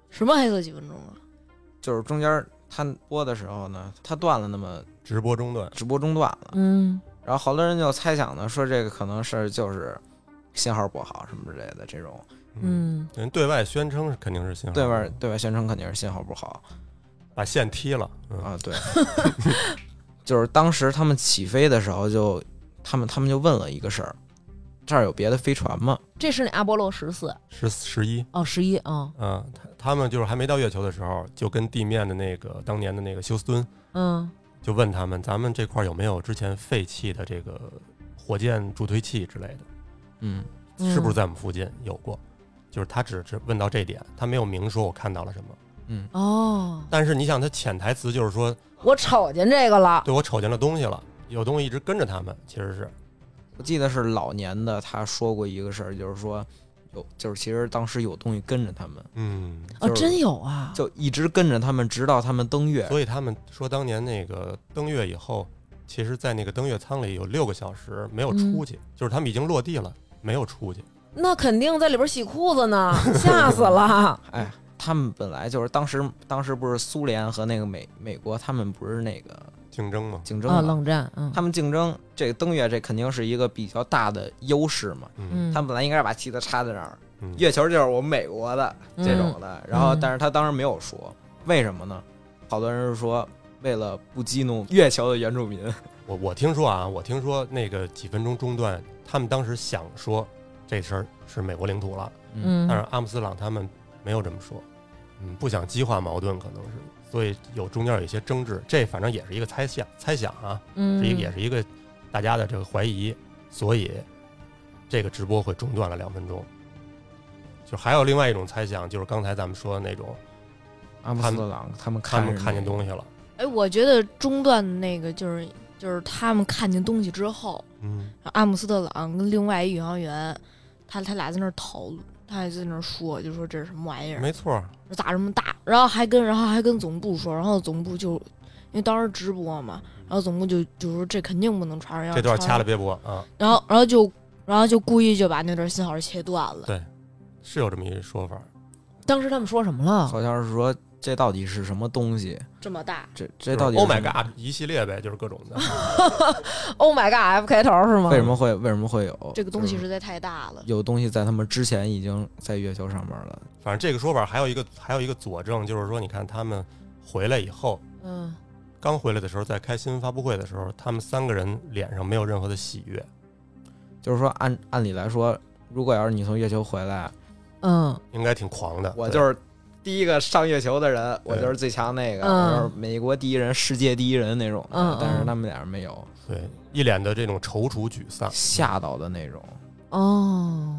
[SPEAKER 3] 什么黑色几分钟啊？
[SPEAKER 4] 就是中间它播的时候呢，它断了那么
[SPEAKER 2] 直播中断，
[SPEAKER 4] 直播中断了，
[SPEAKER 1] 嗯，
[SPEAKER 4] 然后好多人就猜想呢，说这个可能是就是信号不好什么之类的这种，
[SPEAKER 1] 嗯，
[SPEAKER 2] 人对外宣称是肯定是信号，
[SPEAKER 4] 对外对外宣称肯定是信号不好
[SPEAKER 2] 把线踢了，嗯，
[SPEAKER 4] 啊，对， 就是当时他们起飞的时候就他们他们就问了一个事儿，这儿有别的飞船吗？
[SPEAKER 1] 这是那阿波罗十四
[SPEAKER 2] 十十一。
[SPEAKER 1] 哦，十一啊，
[SPEAKER 2] 嗯，他他们就是还没到月球的时候，就跟地面的那个当年的那个休斯敦
[SPEAKER 1] 嗯
[SPEAKER 2] 就问他们，咱们这块儿有没有之前废弃的这个火箭助推器之类的？
[SPEAKER 4] 嗯，
[SPEAKER 1] 嗯
[SPEAKER 2] 是不是在我们附近有过？就是他只是问到这点，他没有明说我看到了什么。
[SPEAKER 1] 哦，
[SPEAKER 2] 但是你想，他潜台词就是说，
[SPEAKER 1] 我瞅见这个了，
[SPEAKER 2] 对我瞅见了东西了，有东西一直跟着他们，其实是
[SPEAKER 4] 我记得是老年的他说过一个事儿，就是说有，就是其实当时有东西跟着他们，
[SPEAKER 2] 嗯，
[SPEAKER 1] 哦，
[SPEAKER 4] 就是
[SPEAKER 1] 真有啊，
[SPEAKER 4] 就一直跟着他们，直到他们登月。
[SPEAKER 2] 所以他们说当年那个登月以后，其实，在那个登月舱里有六个小时没有出
[SPEAKER 1] 嗯
[SPEAKER 2] 去，就是他们已经落地了，没有出去。
[SPEAKER 1] 那肯定在里边洗裤子 呢，吓死 了。
[SPEAKER 4] 哎，他们本来就是当时当时不是苏联和那个美美国，他们不是那个
[SPEAKER 2] 竞争嘛，
[SPEAKER 4] 竞争
[SPEAKER 1] 啊，
[SPEAKER 4] 嘛，
[SPEAKER 1] 冷战，嗯，
[SPEAKER 4] 他们竞争这个登月这肯定是一个比较大的优势嘛。
[SPEAKER 1] 嗯，
[SPEAKER 4] 他们本来应该是把旗子插在那儿，
[SPEAKER 2] 嗯
[SPEAKER 4] 月球就是我们美国的这种的。然后
[SPEAKER 1] 嗯，
[SPEAKER 4] 但是他当时没有说为什么呢？好多人是说为了不激怒月球的原住民。
[SPEAKER 2] 我我听说啊，我听说那个几分钟中断，他们当时想说这事儿是美国领土了，
[SPEAKER 1] 嗯，
[SPEAKER 2] 但是阿姆斯朗他们没有这么说，嗯，不想激化矛盾，可能是，所以有中间有一些争执，这反正也是一个猜想，猜想啊，
[SPEAKER 1] 嗯，
[SPEAKER 2] 是一个也是一个大家的这个怀疑，所以这个直播会中断了两分钟。就还有另外一种猜想，就是刚才咱们说的那种，
[SPEAKER 4] 阿姆斯特朗他们
[SPEAKER 2] 他
[SPEAKER 4] 看
[SPEAKER 2] 们看见东
[SPEAKER 4] 西，
[SPEAKER 2] 西了，
[SPEAKER 3] 哎，我觉得中断的那个就是就是他们看见东西之后，
[SPEAKER 2] 嗯，
[SPEAKER 3] 阿姆斯特朗跟另外一宇航员，他他俩在那儿讨论，他还在那儿说，就说这是什么玩意儿，
[SPEAKER 2] 没错儿，
[SPEAKER 3] 咋这么大？然后还跟然后还跟总部说，然后总部就因为当时直播嘛，然后总部就就说这肯定不能传上，要
[SPEAKER 2] 这段
[SPEAKER 3] 传
[SPEAKER 2] 掐了别播啊，
[SPEAKER 3] 然后然后就然后就故意就把那段信号切断了。
[SPEAKER 2] 是有这么一说法儿，
[SPEAKER 1] 当时他们说什么了？
[SPEAKER 4] 好像是说这到底是什么东西？
[SPEAKER 3] 这么大，
[SPEAKER 4] 这这到底是
[SPEAKER 2] ，Oh my
[SPEAKER 4] 什么
[SPEAKER 2] God，一系列呗，就是各种的，
[SPEAKER 1] Oh my god，F 开头是吗？
[SPEAKER 4] 为什么会为什么会有
[SPEAKER 3] 这个东西
[SPEAKER 4] 就是
[SPEAKER 3] 实在太大了。
[SPEAKER 4] 嗯有东西在他们之前已经在月球上面了？
[SPEAKER 2] 反正这个说法儿还有一个还有一个佐证，就是说，你看他们回来以后，
[SPEAKER 1] 嗯，
[SPEAKER 2] 刚回来的时候，在开新闻发布会的时候，他们三个人脸上没有任何的喜悦，
[SPEAKER 4] 就是说按按理来说，如果要是你从月球回来，
[SPEAKER 1] 嗯
[SPEAKER 2] 应该挺狂的。
[SPEAKER 4] 我
[SPEAKER 2] 对
[SPEAKER 4] 就是第一个上月球的人，我
[SPEAKER 2] 对
[SPEAKER 4] 就是最强那个，
[SPEAKER 1] 嗯
[SPEAKER 4] 我就是美国第一人、世界第一人那种的。
[SPEAKER 1] 嗯嗯
[SPEAKER 4] 但是他们俩人没有
[SPEAKER 2] 对一脸的这种踌躇沮
[SPEAKER 4] 啊
[SPEAKER 2] 丧。
[SPEAKER 4] 吓到的那种。
[SPEAKER 1] 哦，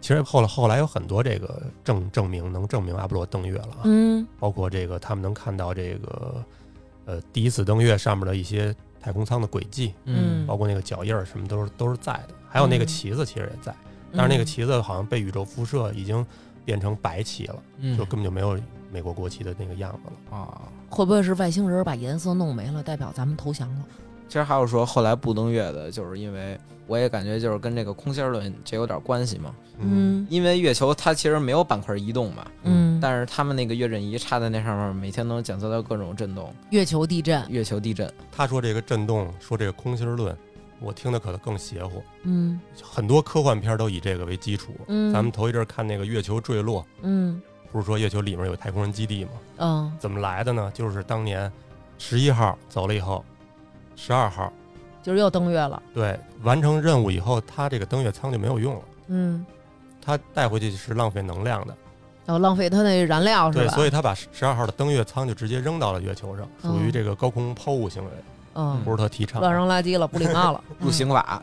[SPEAKER 2] 其实后来后来有很多这个证证明能证明阿波罗登月了啊，
[SPEAKER 1] 嗯
[SPEAKER 2] 包括这个他们能看到这个呃第一次登月上面的一些太空舱的轨迹，
[SPEAKER 1] 嗯
[SPEAKER 2] 包括那个脚印儿什么都是都是在的，还有那个
[SPEAKER 1] 嗯
[SPEAKER 2] 旗子其实也在，但是那个旗子好像被宇宙辐射已经变成白旗了，
[SPEAKER 4] 嗯
[SPEAKER 2] 就根本就没有美国国旗的那个样子了。
[SPEAKER 4] 啊。
[SPEAKER 1] 会不会是外星人把颜色弄没了，代表咱们投降了？
[SPEAKER 4] 其实还有说后来不登月的，就是因为我也感觉就是跟这个空心儿论这有点关系嘛。
[SPEAKER 2] 嗯
[SPEAKER 4] 因为月球它其实没有板块移动嘛，
[SPEAKER 1] 嗯，
[SPEAKER 4] 但是他们那个月震仪插在那上面，每天能检测到各种震动，
[SPEAKER 1] 月球地震，
[SPEAKER 4] 月球地震。
[SPEAKER 2] 他说这个震动，说这个空心儿论，我听的可能更邪乎。
[SPEAKER 1] 嗯
[SPEAKER 2] 很多科幻片都以这个为基础。
[SPEAKER 1] 嗯，
[SPEAKER 2] 咱们头一阵儿看那个《月球坠落》，
[SPEAKER 1] 嗯
[SPEAKER 2] 不不是说月球里面有太空人基地吗？
[SPEAKER 1] 嗯
[SPEAKER 2] 怎么来的呢？就是当年十一号走了以后，十二号
[SPEAKER 1] 就是又登月了，
[SPEAKER 2] 对完成任务以后，它这个登月舱就没有用了，
[SPEAKER 1] 嗯，
[SPEAKER 2] 它带回去是浪费能量的，
[SPEAKER 1] 然后浪费它那燃料是
[SPEAKER 2] 对，
[SPEAKER 1] 吧？
[SPEAKER 2] 所以它把十二号的登月舱就直接扔到了月球上，属于
[SPEAKER 1] 嗯
[SPEAKER 2] 这个高空抛物行为，
[SPEAKER 1] 嗯
[SPEAKER 2] 不，是特提倡。
[SPEAKER 1] 乱扔垃圾了，不礼 貌了，
[SPEAKER 3] 嗯
[SPEAKER 4] 入刑法，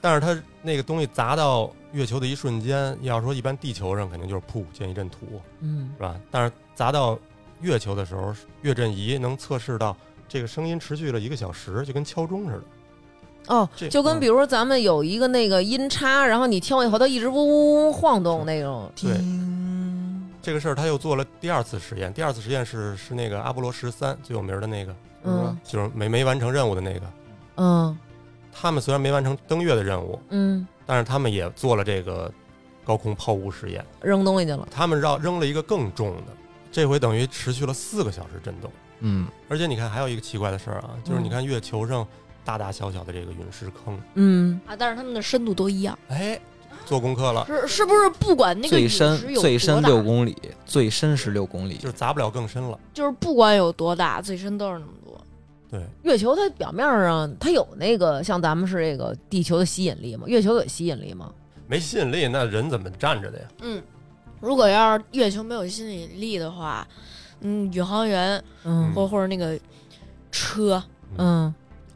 [SPEAKER 2] 但是它那个东西砸到月球的一瞬间，要说一般地球上肯定就是噗见一阵土，
[SPEAKER 1] 嗯
[SPEAKER 2] 是吧？但是砸到月球的时候，月震仪能测试到这个声音持续了一个小时，就跟敲钟似的。
[SPEAKER 1] 哦
[SPEAKER 2] 这，嗯
[SPEAKER 1] 就跟比如说咱们有一个那个音叉，然后你听完以后它一直嗡嗡嗡嗡晃动那种，
[SPEAKER 2] 对
[SPEAKER 4] 嗯，
[SPEAKER 2] 这个事儿他又做了第二次实验，第二次实验是是那个阿波罗十三最有名的那个，
[SPEAKER 1] 嗯
[SPEAKER 2] 就是没没完成任务的那个。
[SPEAKER 1] 嗯
[SPEAKER 2] 他们虽然没完成登月的任务，
[SPEAKER 1] 嗯，
[SPEAKER 2] 但是他们也做了这个高空抛物实验。
[SPEAKER 1] 扔东西去了，
[SPEAKER 2] 他们绕扔了一个更重的，这回等于持续了四个小时震动。
[SPEAKER 4] 嗯，
[SPEAKER 2] 而且你看，还有一个奇怪的事儿啊，就是你
[SPEAKER 1] 嗯
[SPEAKER 2] 看月球上大大小小的这个陨石坑，
[SPEAKER 1] 嗯
[SPEAKER 3] 啊，但是他们的深度都一样，
[SPEAKER 2] 哎，做功课了，
[SPEAKER 3] 是是不是？不管那个
[SPEAKER 4] 啊最
[SPEAKER 3] 陨
[SPEAKER 4] 深
[SPEAKER 3] 石有多
[SPEAKER 4] 最深
[SPEAKER 3] 大
[SPEAKER 4] 六公里，最深是六公里
[SPEAKER 2] 就，是砸不了更深了。
[SPEAKER 3] 就是不管有多大，最深都是那么多。
[SPEAKER 2] 对，
[SPEAKER 1] 月球它表面上它有那个像咱们是这个地球的吸引力吗？月球有吸引力吗？
[SPEAKER 2] 没吸引力，那人怎么站着的呀？
[SPEAKER 3] 嗯，如果要是月球没有吸引力的话，嗯，宇航员
[SPEAKER 1] 嗯
[SPEAKER 3] 或或者那个车，
[SPEAKER 1] 嗯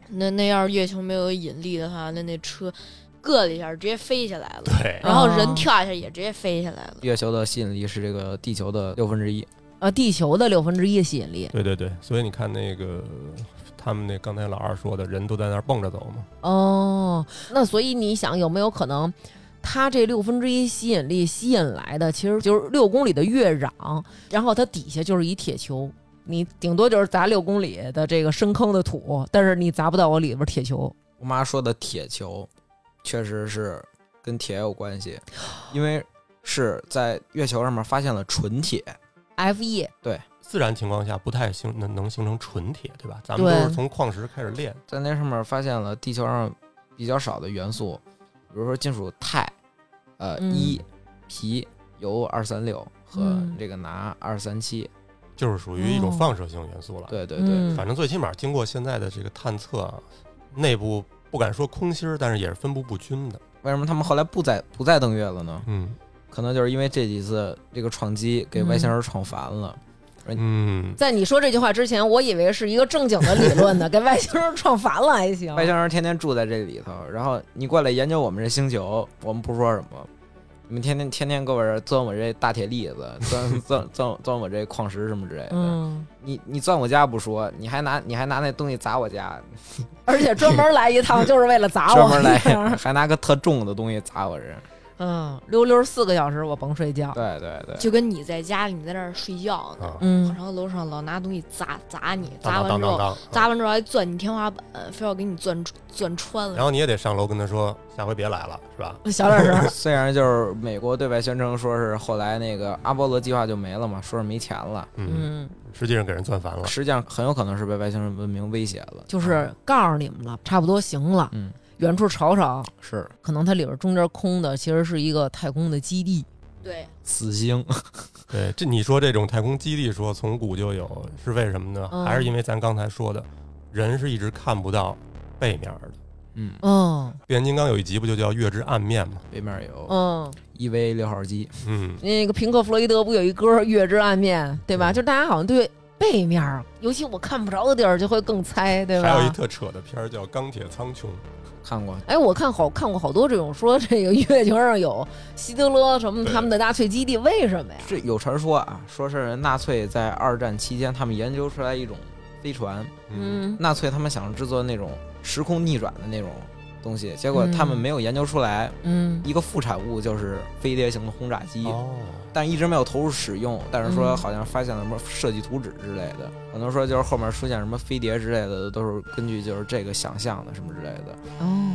[SPEAKER 3] 那那要是月球没有引力的话，那那车硌了一下直接飞起来了，
[SPEAKER 2] 对，
[SPEAKER 3] 然后
[SPEAKER 1] 哦
[SPEAKER 3] 人跳一下也直接飞下来了。
[SPEAKER 4] 月球的吸引力是这个地球的六分之一，
[SPEAKER 1] 啊，地球的六分之一的吸引力
[SPEAKER 2] 对对对，所以你看那个他们那刚才老二说的，人都在那儿蹦着走嘛。
[SPEAKER 1] 哦，那所以你想有没有可能，它这六分之一吸引力吸引来的其实就是六公里的月壤，然后它底下就是一铁球，你顶多就是砸六公里的这个深坑的土，但是你砸不到我里边铁球。
[SPEAKER 4] 我妈说的铁球，确实是跟铁有关系， 因为是在月球上面发现了纯铁，
[SPEAKER 1] F E，
[SPEAKER 2] 自然情况下不太形能能形成纯铁，对吧？咱们都是
[SPEAKER 1] 对
[SPEAKER 2] 从矿石开始炼，
[SPEAKER 4] 在那上面发现了地球上比较少的元素，比如说金属钛，呃，
[SPEAKER 1] 嗯
[SPEAKER 4] 一铍、铀二三六和
[SPEAKER 1] 嗯
[SPEAKER 4] 这个钠二三七，
[SPEAKER 2] 就是属于一种
[SPEAKER 1] 哦
[SPEAKER 2] 放射性元素了。
[SPEAKER 4] 对对对，
[SPEAKER 1] 嗯，
[SPEAKER 2] 反正最起码经过现在的这个探测啊，内部不敢说空心儿，但是也是分布不均的。
[SPEAKER 4] 为什么他们后来不再不再登月了呢？
[SPEAKER 2] 嗯
[SPEAKER 4] 可能就是因为这几次这个撞击给外星人闯烦了。
[SPEAKER 2] 嗯，
[SPEAKER 1] 在你说这句话之前，我以为是一个正经的理论 呢，给外星人撞烦了还行。
[SPEAKER 4] 外星人天天住在这里头，然后你过来研究我们这星球，我们不说什么，你们天天天天给我这儿钻我这大铁粒子，钻钻钻钻我这矿石什么之类的。
[SPEAKER 1] 嗯，
[SPEAKER 4] 你你钻我家不说，你还拿你还拿那东西砸我家，
[SPEAKER 1] 而且专门来一趟就是为了砸我，
[SPEAKER 4] 专 门来还拿个特重的东西砸我这。
[SPEAKER 1] 嗯，溜溜四个小时我甭睡觉。
[SPEAKER 4] 对对对，
[SPEAKER 3] 就跟你在家里，你在那儿睡觉呢，
[SPEAKER 2] 啊，
[SPEAKER 1] 嗯
[SPEAKER 3] 然后楼上老拿东西砸砸你，砸
[SPEAKER 2] 当
[SPEAKER 3] 完
[SPEAKER 2] 当
[SPEAKER 3] 之
[SPEAKER 2] 当嗯
[SPEAKER 3] 后
[SPEAKER 2] 当
[SPEAKER 3] 砸
[SPEAKER 2] 当，
[SPEAKER 3] 完之后还钻你天花板，非要给你钻钻穿
[SPEAKER 2] 然
[SPEAKER 3] 了。
[SPEAKER 2] 后你也得上楼跟他说，下回别来了，是吧？
[SPEAKER 1] 小点声，
[SPEAKER 4] 虽然就是美国对外宣称说是后来那个阿波罗计划就没了嘛，说是没钱了，
[SPEAKER 2] 嗯，
[SPEAKER 1] 嗯，
[SPEAKER 2] 实际上给人钻烦了。
[SPEAKER 4] 实际上很有可能是被外星人文明威胁了。
[SPEAKER 1] 就是告诉你们了，差不多行了，
[SPEAKER 4] 嗯，
[SPEAKER 1] 远处瞅瞅，
[SPEAKER 4] 是
[SPEAKER 1] 可能它里边中间空的其实是一个太空的基地。
[SPEAKER 3] 对，
[SPEAKER 4] 死星，
[SPEAKER 2] 对，这你说这种太空基地说从古就有，是为什么呢？
[SPEAKER 1] 嗯
[SPEAKER 2] 还是因为咱刚才说的，人是一直看不到背面的。
[SPEAKER 4] 嗯，
[SPEAKER 1] 嗯
[SPEAKER 2] 变形金刚有一集不就叫月之暗面吗？
[SPEAKER 4] 背面有
[SPEAKER 1] 嗯，
[SPEAKER 4] EV 六号机，
[SPEAKER 2] 嗯，
[SPEAKER 1] 那个平克·弗洛伊德不有一歌《月之暗面》，对吧？
[SPEAKER 2] 嗯
[SPEAKER 1] 就大家好像对背面儿，尤其我看不着的地儿，就会更猜，对
[SPEAKER 2] 还有一
[SPEAKER 1] 吧？
[SPEAKER 2] 特扯的片儿叫《钢铁苍穹》，
[SPEAKER 4] 看过，
[SPEAKER 1] 哎，我看好看过好多这种说这个月球上有希特勒什么
[SPEAKER 2] 对
[SPEAKER 1] 他们的纳粹基地，为什么呀？
[SPEAKER 4] 是有传说啊，说是纳粹在二战期间他们研究出来一种飞船，
[SPEAKER 1] 嗯
[SPEAKER 4] 纳粹他们想制作那种时空逆转的那种东西，结果他们
[SPEAKER 1] 嗯
[SPEAKER 4] 没有研究出来，
[SPEAKER 1] 嗯
[SPEAKER 4] 一个副产物就是飞碟型的轰炸机，
[SPEAKER 2] 哦，
[SPEAKER 4] 但一直没有投入使用。但是说
[SPEAKER 1] 嗯
[SPEAKER 4] 好像发现了什么设计图纸之类的，可能说就是后面出现什么飞碟之类的，都是根据就是这个想象的什么之类的。
[SPEAKER 3] 嗯
[SPEAKER 1] 哦。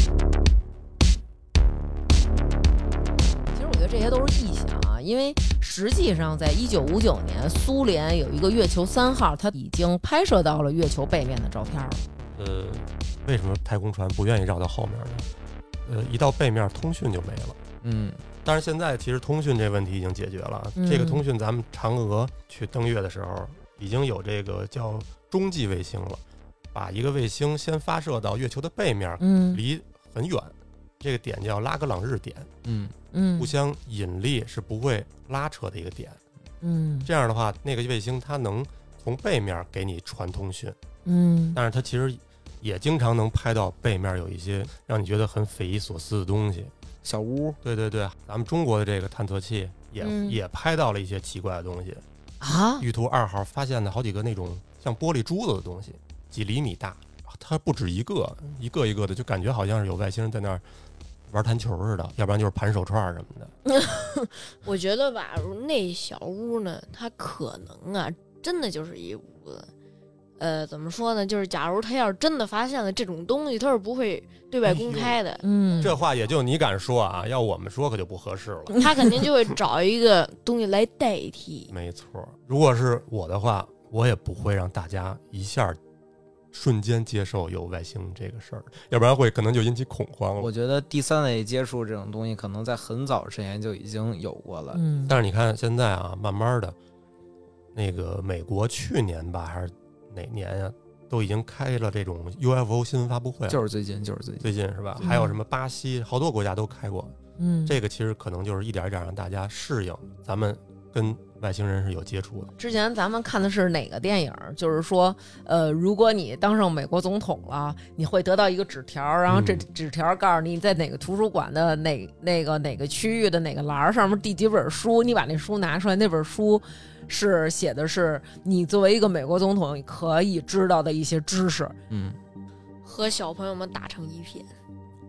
[SPEAKER 1] 啊实际上，在一九五九年，苏联有一个月球三号，它已经拍摄到了月球背面的照片了。
[SPEAKER 2] 呃，为什么太空船不愿意绕到后面呢？呃，一到背面，通讯就没了。
[SPEAKER 4] 嗯
[SPEAKER 2] 但是现在其实通讯这问题已经解决了。
[SPEAKER 1] 嗯
[SPEAKER 2] 这个通讯，咱们嫦娥去登月的时候，已经有这个叫中继卫星了，把一个卫星先发射到月球的背面，
[SPEAKER 1] 嗯
[SPEAKER 2] 离很远，这个点叫拉格朗日点，
[SPEAKER 4] 嗯
[SPEAKER 1] 嗯
[SPEAKER 2] 互相引力是不会拉扯的一个点。
[SPEAKER 1] 嗯
[SPEAKER 2] 这样的话，那个卫星它能从背面给你传通讯，
[SPEAKER 1] 嗯
[SPEAKER 2] 但是它其实也经常能拍到背面有一些让你觉得很匪夷所思的东西。
[SPEAKER 4] 小屋，
[SPEAKER 2] 对对对，咱们中国的这个探测器也、
[SPEAKER 1] 嗯
[SPEAKER 2] 也拍到了一些奇怪的东西。
[SPEAKER 1] 啊，
[SPEAKER 2] 玉兔二号发现了好几个那种像玻璃珠子的东西，几厘米大，啊它不止一个，一个一个的，就感觉好像是有外星人在那儿玩弹球似的，要不然就是盘手串什么的。
[SPEAKER 3] 我觉得吧，那小屋呢，它可能啊，真的就是一屋子。呃，怎么说呢？就是假如他要是真的发现了这种东西，他是不会对外公开的，
[SPEAKER 1] 嗯，
[SPEAKER 2] 这话也就你敢说啊，要我们说可就不合适了。
[SPEAKER 3] 他肯定就会找一个东西来代替。
[SPEAKER 2] 没错，如果是我的话，我也不会让大家一下瞬间接受有外星这个事儿，要不然会可能就引起恐慌了。
[SPEAKER 4] 我觉得第三类接触这种东西，可能在很早之前就已经有过了。
[SPEAKER 1] 嗯，
[SPEAKER 2] 但是你看现在啊，慢慢的，那个美国去年吧还是哪年呀、都已经开了这种 UFO 新闻发布会了，
[SPEAKER 4] 就是最近，就是最近，
[SPEAKER 2] 最近是吧？
[SPEAKER 1] 嗯
[SPEAKER 2] 还有什么巴西，好多国家都开过。
[SPEAKER 1] 嗯
[SPEAKER 2] 这个其实可能就是一点一点让大家适应，咱们跟外星人是有接触的。
[SPEAKER 1] 之前咱们看的是哪个电影？就是说，呃，如果你当上美国总统了，你会得到一个纸条，然后这
[SPEAKER 2] 嗯
[SPEAKER 1] 纸条告诉你在哪个图书馆的哪那个哪个区域的哪个栏儿上面第几本书，你把那书拿出来，那本书是写的是你作为一个美国总统可以知道的一些知 识。
[SPEAKER 4] 嗯，
[SPEAKER 3] 和小朋友们打成一片。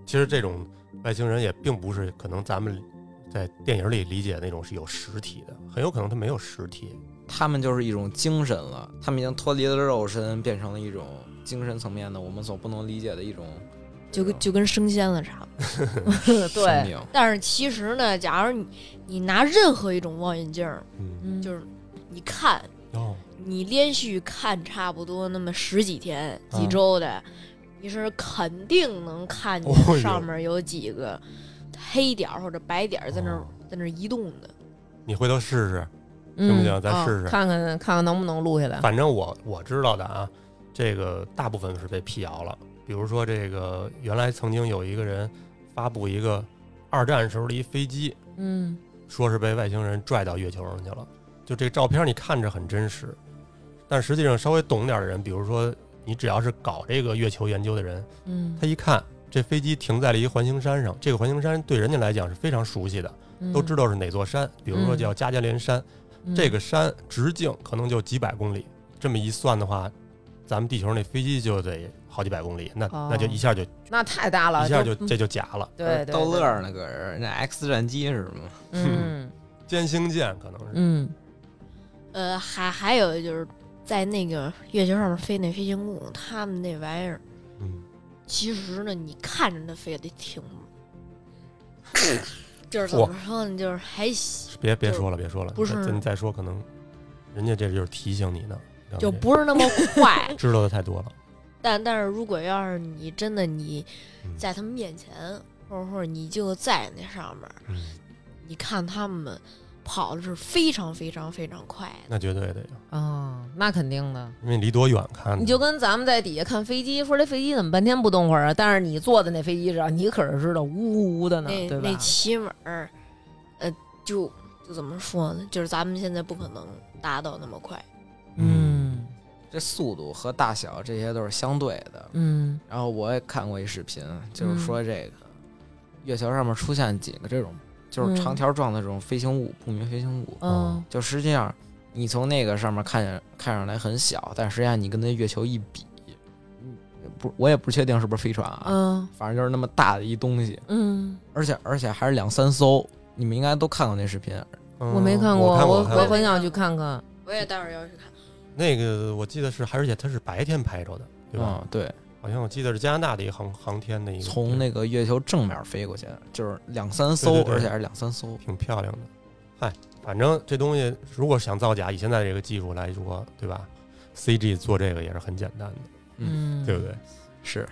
[SPEAKER 2] 其实这种外星人也并不是可能咱们在电影里理解的那种是有实体的，很有可能他没有实体。
[SPEAKER 4] 他们就是一种精神了，他们已经脱离了肉身，变成了一种精神层面的我们所不能理解的一种
[SPEAKER 3] 就
[SPEAKER 4] 啊
[SPEAKER 3] 跟就跟升仙了差不多。
[SPEAKER 4] 生
[SPEAKER 1] 对，
[SPEAKER 4] 命。
[SPEAKER 3] 但是其实呢，假如你你拿任何一种望远镜儿，
[SPEAKER 2] 嗯，
[SPEAKER 1] 嗯
[SPEAKER 3] 就是你看，
[SPEAKER 2] 哦，
[SPEAKER 3] 你连续看差不多那么十几天、
[SPEAKER 2] 嗯
[SPEAKER 3] 几周的，你是肯定能看见
[SPEAKER 2] 哦呦
[SPEAKER 3] 上面有几个黑点儿或者白点儿在那儿、
[SPEAKER 2] 哦
[SPEAKER 3] 在那儿移动的。
[SPEAKER 2] 你回头试试
[SPEAKER 1] 嗯
[SPEAKER 2] 行不行？咱试
[SPEAKER 1] 啊
[SPEAKER 2] 试。
[SPEAKER 1] 看看看看能不能录下来。
[SPEAKER 2] 反正我我知道的啊，这个大部分是被辟谣了。比如说，这个原来曾经有一个人发布一个二战时候的一飞机，
[SPEAKER 1] 嗯
[SPEAKER 2] 说是被外星人拽到月球上去了。就这个照片，你看着很真实，但实际上稍微懂点儿的人，比如说你只要是搞这个月球研究的人，
[SPEAKER 1] 嗯，
[SPEAKER 2] 他一看这飞机停在了一个环形山上，这个环形山对人家来讲是非常熟悉的，都知道是哪座山，比如说叫加加连山，
[SPEAKER 1] 嗯
[SPEAKER 2] 这个山直径可能就几百公里，这么一算的话，咱们地球那飞机就得好几百公里，那、
[SPEAKER 1] 哦
[SPEAKER 2] 那就一下就一
[SPEAKER 1] 那太大了，
[SPEAKER 2] 下就
[SPEAKER 1] 嗯
[SPEAKER 2] 这就假了，
[SPEAKER 1] 对对对
[SPEAKER 4] 逗乐儿呢，搁这儿，那 X 战机是吗？
[SPEAKER 1] 嗯
[SPEAKER 2] 歼星舰可能是，
[SPEAKER 1] 嗯
[SPEAKER 3] 呃，还还有就是在那个月球上面飞那飞行物，他们那玩意儿，
[SPEAKER 2] 嗯，
[SPEAKER 3] 其实呢，你看着它飞得 挺，就是怎么说呢，就是还行，
[SPEAKER 2] 别别
[SPEAKER 3] 就
[SPEAKER 2] 说了，别说了，
[SPEAKER 3] 不是
[SPEAKER 2] 再再说可能人家这就是提醒你呢，你看
[SPEAKER 3] 就
[SPEAKER 2] 这
[SPEAKER 3] 不是 那么快。
[SPEAKER 2] 知道的太多了，
[SPEAKER 3] 但但是如果要是你真的你
[SPEAKER 2] 嗯
[SPEAKER 3] 在他们面前，或者或者你就在那上面，
[SPEAKER 2] 嗯，
[SPEAKER 3] 你看他们跑的是非常非常非常快的。
[SPEAKER 2] 那绝对的呀，
[SPEAKER 1] 啊，那肯定的。
[SPEAKER 2] 因为离多远看呢，
[SPEAKER 1] 你就跟咱们在底下看飞机，说这飞机怎么半天不动会儿啊？但是你坐的那飞机上，你可是知道呜呜呜的呢，
[SPEAKER 3] 那
[SPEAKER 1] 对
[SPEAKER 3] 那
[SPEAKER 1] 吧？
[SPEAKER 3] 起码儿，呃，就就怎么说呢？就是咱们现在不可能达到那么快。
[SPEAKER 1] 嗯
[SPEAKER 4] 这速度和大小这些都是相对的。
[SPEAKER 1] 嗯
[SPEAKER 4] 然后我也看过一视频，就是说这个、月球上面出现几个这种就是长条状的这种飞行物，不明飞行物，
[SPEAKER 2] 哦
[SPEAKER 1] 嗯
[SPEAKER 4] 就实际上你从那个上面看见看上来很小，但实际上你跟那月球一比，嗯不，我也不确定是不是飞船啊，
[SPEAKER 1] 嗯
[SPEAKER 4] 反正就是那么大的一东西，
[SPEAKER 1] 嗯，
[SPEAKER 4] 而且而且还是两三艘，你们应该都看过那视频，
[SPEAKER 2] 嗯
[SPEAKER 1] 我没看
[SPEAKER 2] 我
[SPEAKER 1] 过，我
[SPEAKER 2] 我
[SPEAKER 3] 过
[SPEAKER 1] 很想去看看。
[SPEAKER 3] 我也待会儿要去看。
[SPEAKER 2] 那个我记得是，而且它是白天拍着的，对吧？
[SPEAKER 4] 嗯，对，
[SPEAKER 2] 好像我记得是加拿大的一个航航天的一个，
[SPEAKER 4] 从那个月球正面飞过去，就是两三
[SPEAKER 2] 对
[SPEAKER 4] 艘，
[SPEAKER 2] 对对
[SPEAKER 4] 而且还是两三艘，
[SPEAKER 2] 挺漂亮的。反正这东西如果想造假，以现在这个技术来说，对吧？CG 做这个也是很简单的，
[SPEAKER 1] 嗯，
[SPEAKER 2] 对不对？
[SPEAKER 4] 是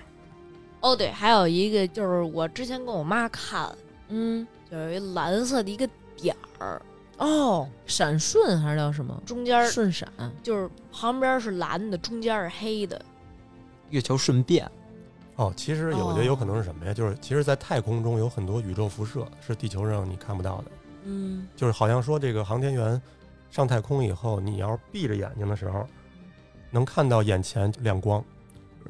[SPEAKER 3] 哦，对，还有一个就是我之前跟我妈看，
[SPEAKER 1] 嗯，
[SPEAKER 3] 就是一蓝色的一个点儿，
[SPEAKER 1] 哦，闪瞬还是叫什么？
[SPEAKER 3] 中间儿
[SPEAKER 1] 瞬闪，
[SPEAKER 3] 就是旁边是蓝的，中间是黑的。
[SPEAKER 4] 月球顺变，
[SPEAKER 2] 哦，其实有我觉
[SPEAKER 1] 哦
[SPEAKER 2] 得有可能是什么呀？就是其实，在太空中有很多宇宙辐射是地球上你看不到的，
[SPEAKER 1] 嗯，
[SPEAKER 2] 就是好像说这个航天员上太空以后，你要是闭着眼睛的时候，能看到眼前亮光，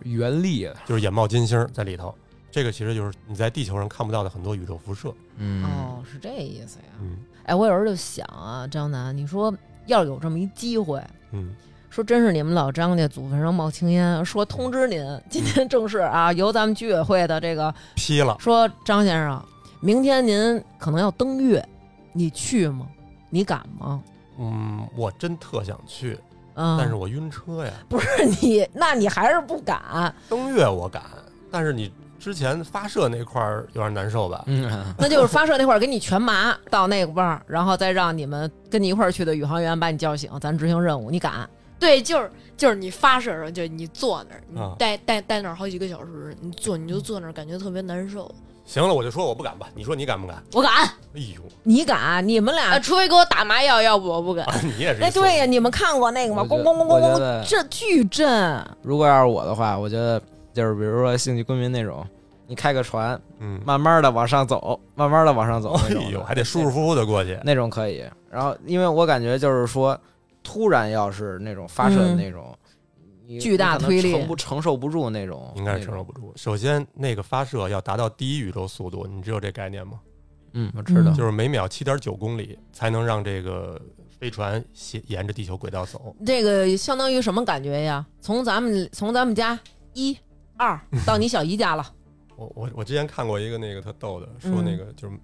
[SPEAKER 4] 原力，
[SPEAKER 2] 就是眼冒金星在里头。这个其实就是你在地球上看不到的很多宇宙辐射。
[SPEAKER 4] 嗯
[SPEAKER 1] 哦，是这意思呀。
[SPEAKER 2] 嗯
[SPEAKER 1] 哎，我有时候就想啊，张楠，你说要有这么一机会，
[SPEAKER 2] 嗯，
[SPEAKER 1] 说真是你们老张家祖坟上冒青烟，说通知您，
[SPEAKER 4] 嗯
[SPEAKER 1] 今天正式啊，由咱们居委会的这个
[SPEAKER 2] 批了。
[SPEAKER 1] 说张先生，明天您可能要登月，你去吗？你敢吗？
[SPEAKER 2] 嗯，我真特想去，
[SPEAKER 1] 嗯，
[SPEAKER 2] 但是我晕车呀。
[SPEAKER 1] 不是你，那你还是不 敢，
[SPEAKER 2] 登月我敢，但是你之前发射那块儿有点难受吧？
[SPEAKER 4] 嗯，
[SPEAKER 1] 那就是发射那会儿给你全麻到那个位儿，然后再让你们跟你一块儿去的宇航员把你叫醒，咱执行任务，你敢？
[SPEAKER 3] 对，就是就是你发射的时候，就是你坐那儿，你
[SPEAKER 2] 啊
[SPEAKER 3] 待待待那儿好几个小时，你坐
[SPEAKER 1] 嗯
[SPEAKER 3] 你就坐那儿，感觉特别难受。
[SPEAKER 2] 行了，我就说我不敢吧。你说你敢不敢？
[SPEAKER 3] 我敢
[SPEAKER 2] 哎呦，
[SPEAKER 1] 你敢？你们俩
[SPEAKER 3] 啊，除非给我打麻药，要不我不敢。
[SPEAKER 2] 啊、 你也是一
[SPEAKER 1] 哎，对呀，
[SPEAKER 2] 怂
[SPEAKER 1] 你们看过那个吗？
[SPEAKER 4] 我觉
[SPEAKER 1] 咣
[SPEAKER 4] 得
[SPEAKER 1] 咣咣咣
[SPEAKER 4] 我觉
[SPEAKER 1] 咣，
[SPEAKER 4] 得
[SPEAKER 1] 这巨震！
[SPEAKER 4] 如果要是我的话，我觉得就是比如说星际公民那种，你开个船，
[SPEAKER 2] 嗯，
[SPEAKER 4] 慢慢的往上走，慢慢的往上走那
[SPEAKER 2] 哎
[SPEAKER 4] 种的，
[SPEAKER 2] 呦，还得舒舒服服的过去。
[SPEAKER 4] 那种可以。然后，因为我感觉就是说，突然要是那种发射的
[SPEAKER 1] 嗯
[SPEAKER 4] 那种，你
[SPEAKER 1] 巨大
[SPEAKER 4] 你可能
[SPEAKER 1] 推力
[SPEAKER 4] 承不承受不住那种，
[SPEAKER 2] 应该是承受
[SPEAKER 4] 那种
[SPEAKER 2] 不住。首先，那个发射要达到第一宇宙速度，你知道这概念吗？
[SPEAKER 4] 嗯，我知道，
[SPEAKER 2] 就是每秒七点九公里才能让这个飞船斜沿着地球轨道走。
[SPEAKER 1] 这个相当于什么感觉呀？从咱们从咱们家一二到你小姨家了，
[SPEAKER 2] 我我我之前看过一个那个特逗的，说
[SPEAKER 1] 嗯
[SPEAKER 2] 那个就是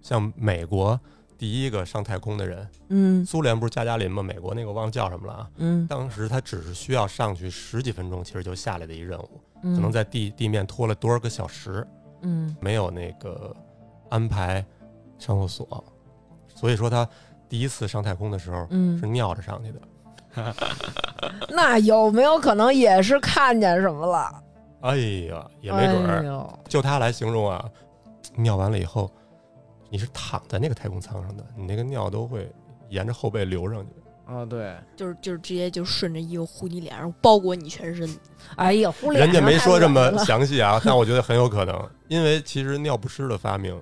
[SPEAKER 2] 像美国第一个上太空的人，
[SPEAKER 1] 嗯
[SPEAKER 2] 苏联不是加加林吗？美国那个我忘叫什么了啊。
[SPEAKER 1] 嗯，
[SPEAKER 2] 当时他只是需要上去十几分钟，其实就下来的一任务，
[SPEAKER 1] 可
[SPEAKER 2] 可能在地地面拖了多少个小时，
[SPEAKER 1] 嗯
[SPEAKER 2] 没有那个安排上厕所，所以说他第一次上太空的时候是
[SPEAKER 1] 嗯，
[SPEAKER 2] 尿着上去的
[SPEAKER 1] 那有没有可能也是看见什么了？
[SPEAKER 2] 哎呀，也没准
[SPEAKER 1] 哎
[SPEAKER 2] 儿，
[SPEAKER 1] 呦
[SPEAKER 2] 就他来形容啊，尿完了以后，你是躺在那个太空舱上的，你那个尿都会沿着后背流上去。
[SPEAKER 1] 哦
[SPEAKER 4] 啊， 对，
[SPEAKER 3] 就是就是直接就顺着衣服呼你脸上，包裹你全身。
[SPEAKER 1] 哎呀，忽略
[SPEAKER 2] 人家没说这么
[SPEAKER 1] 了
[SPEAKER 2] 详细 啊，但我觉得很有可能，因为其实尿不湿的发明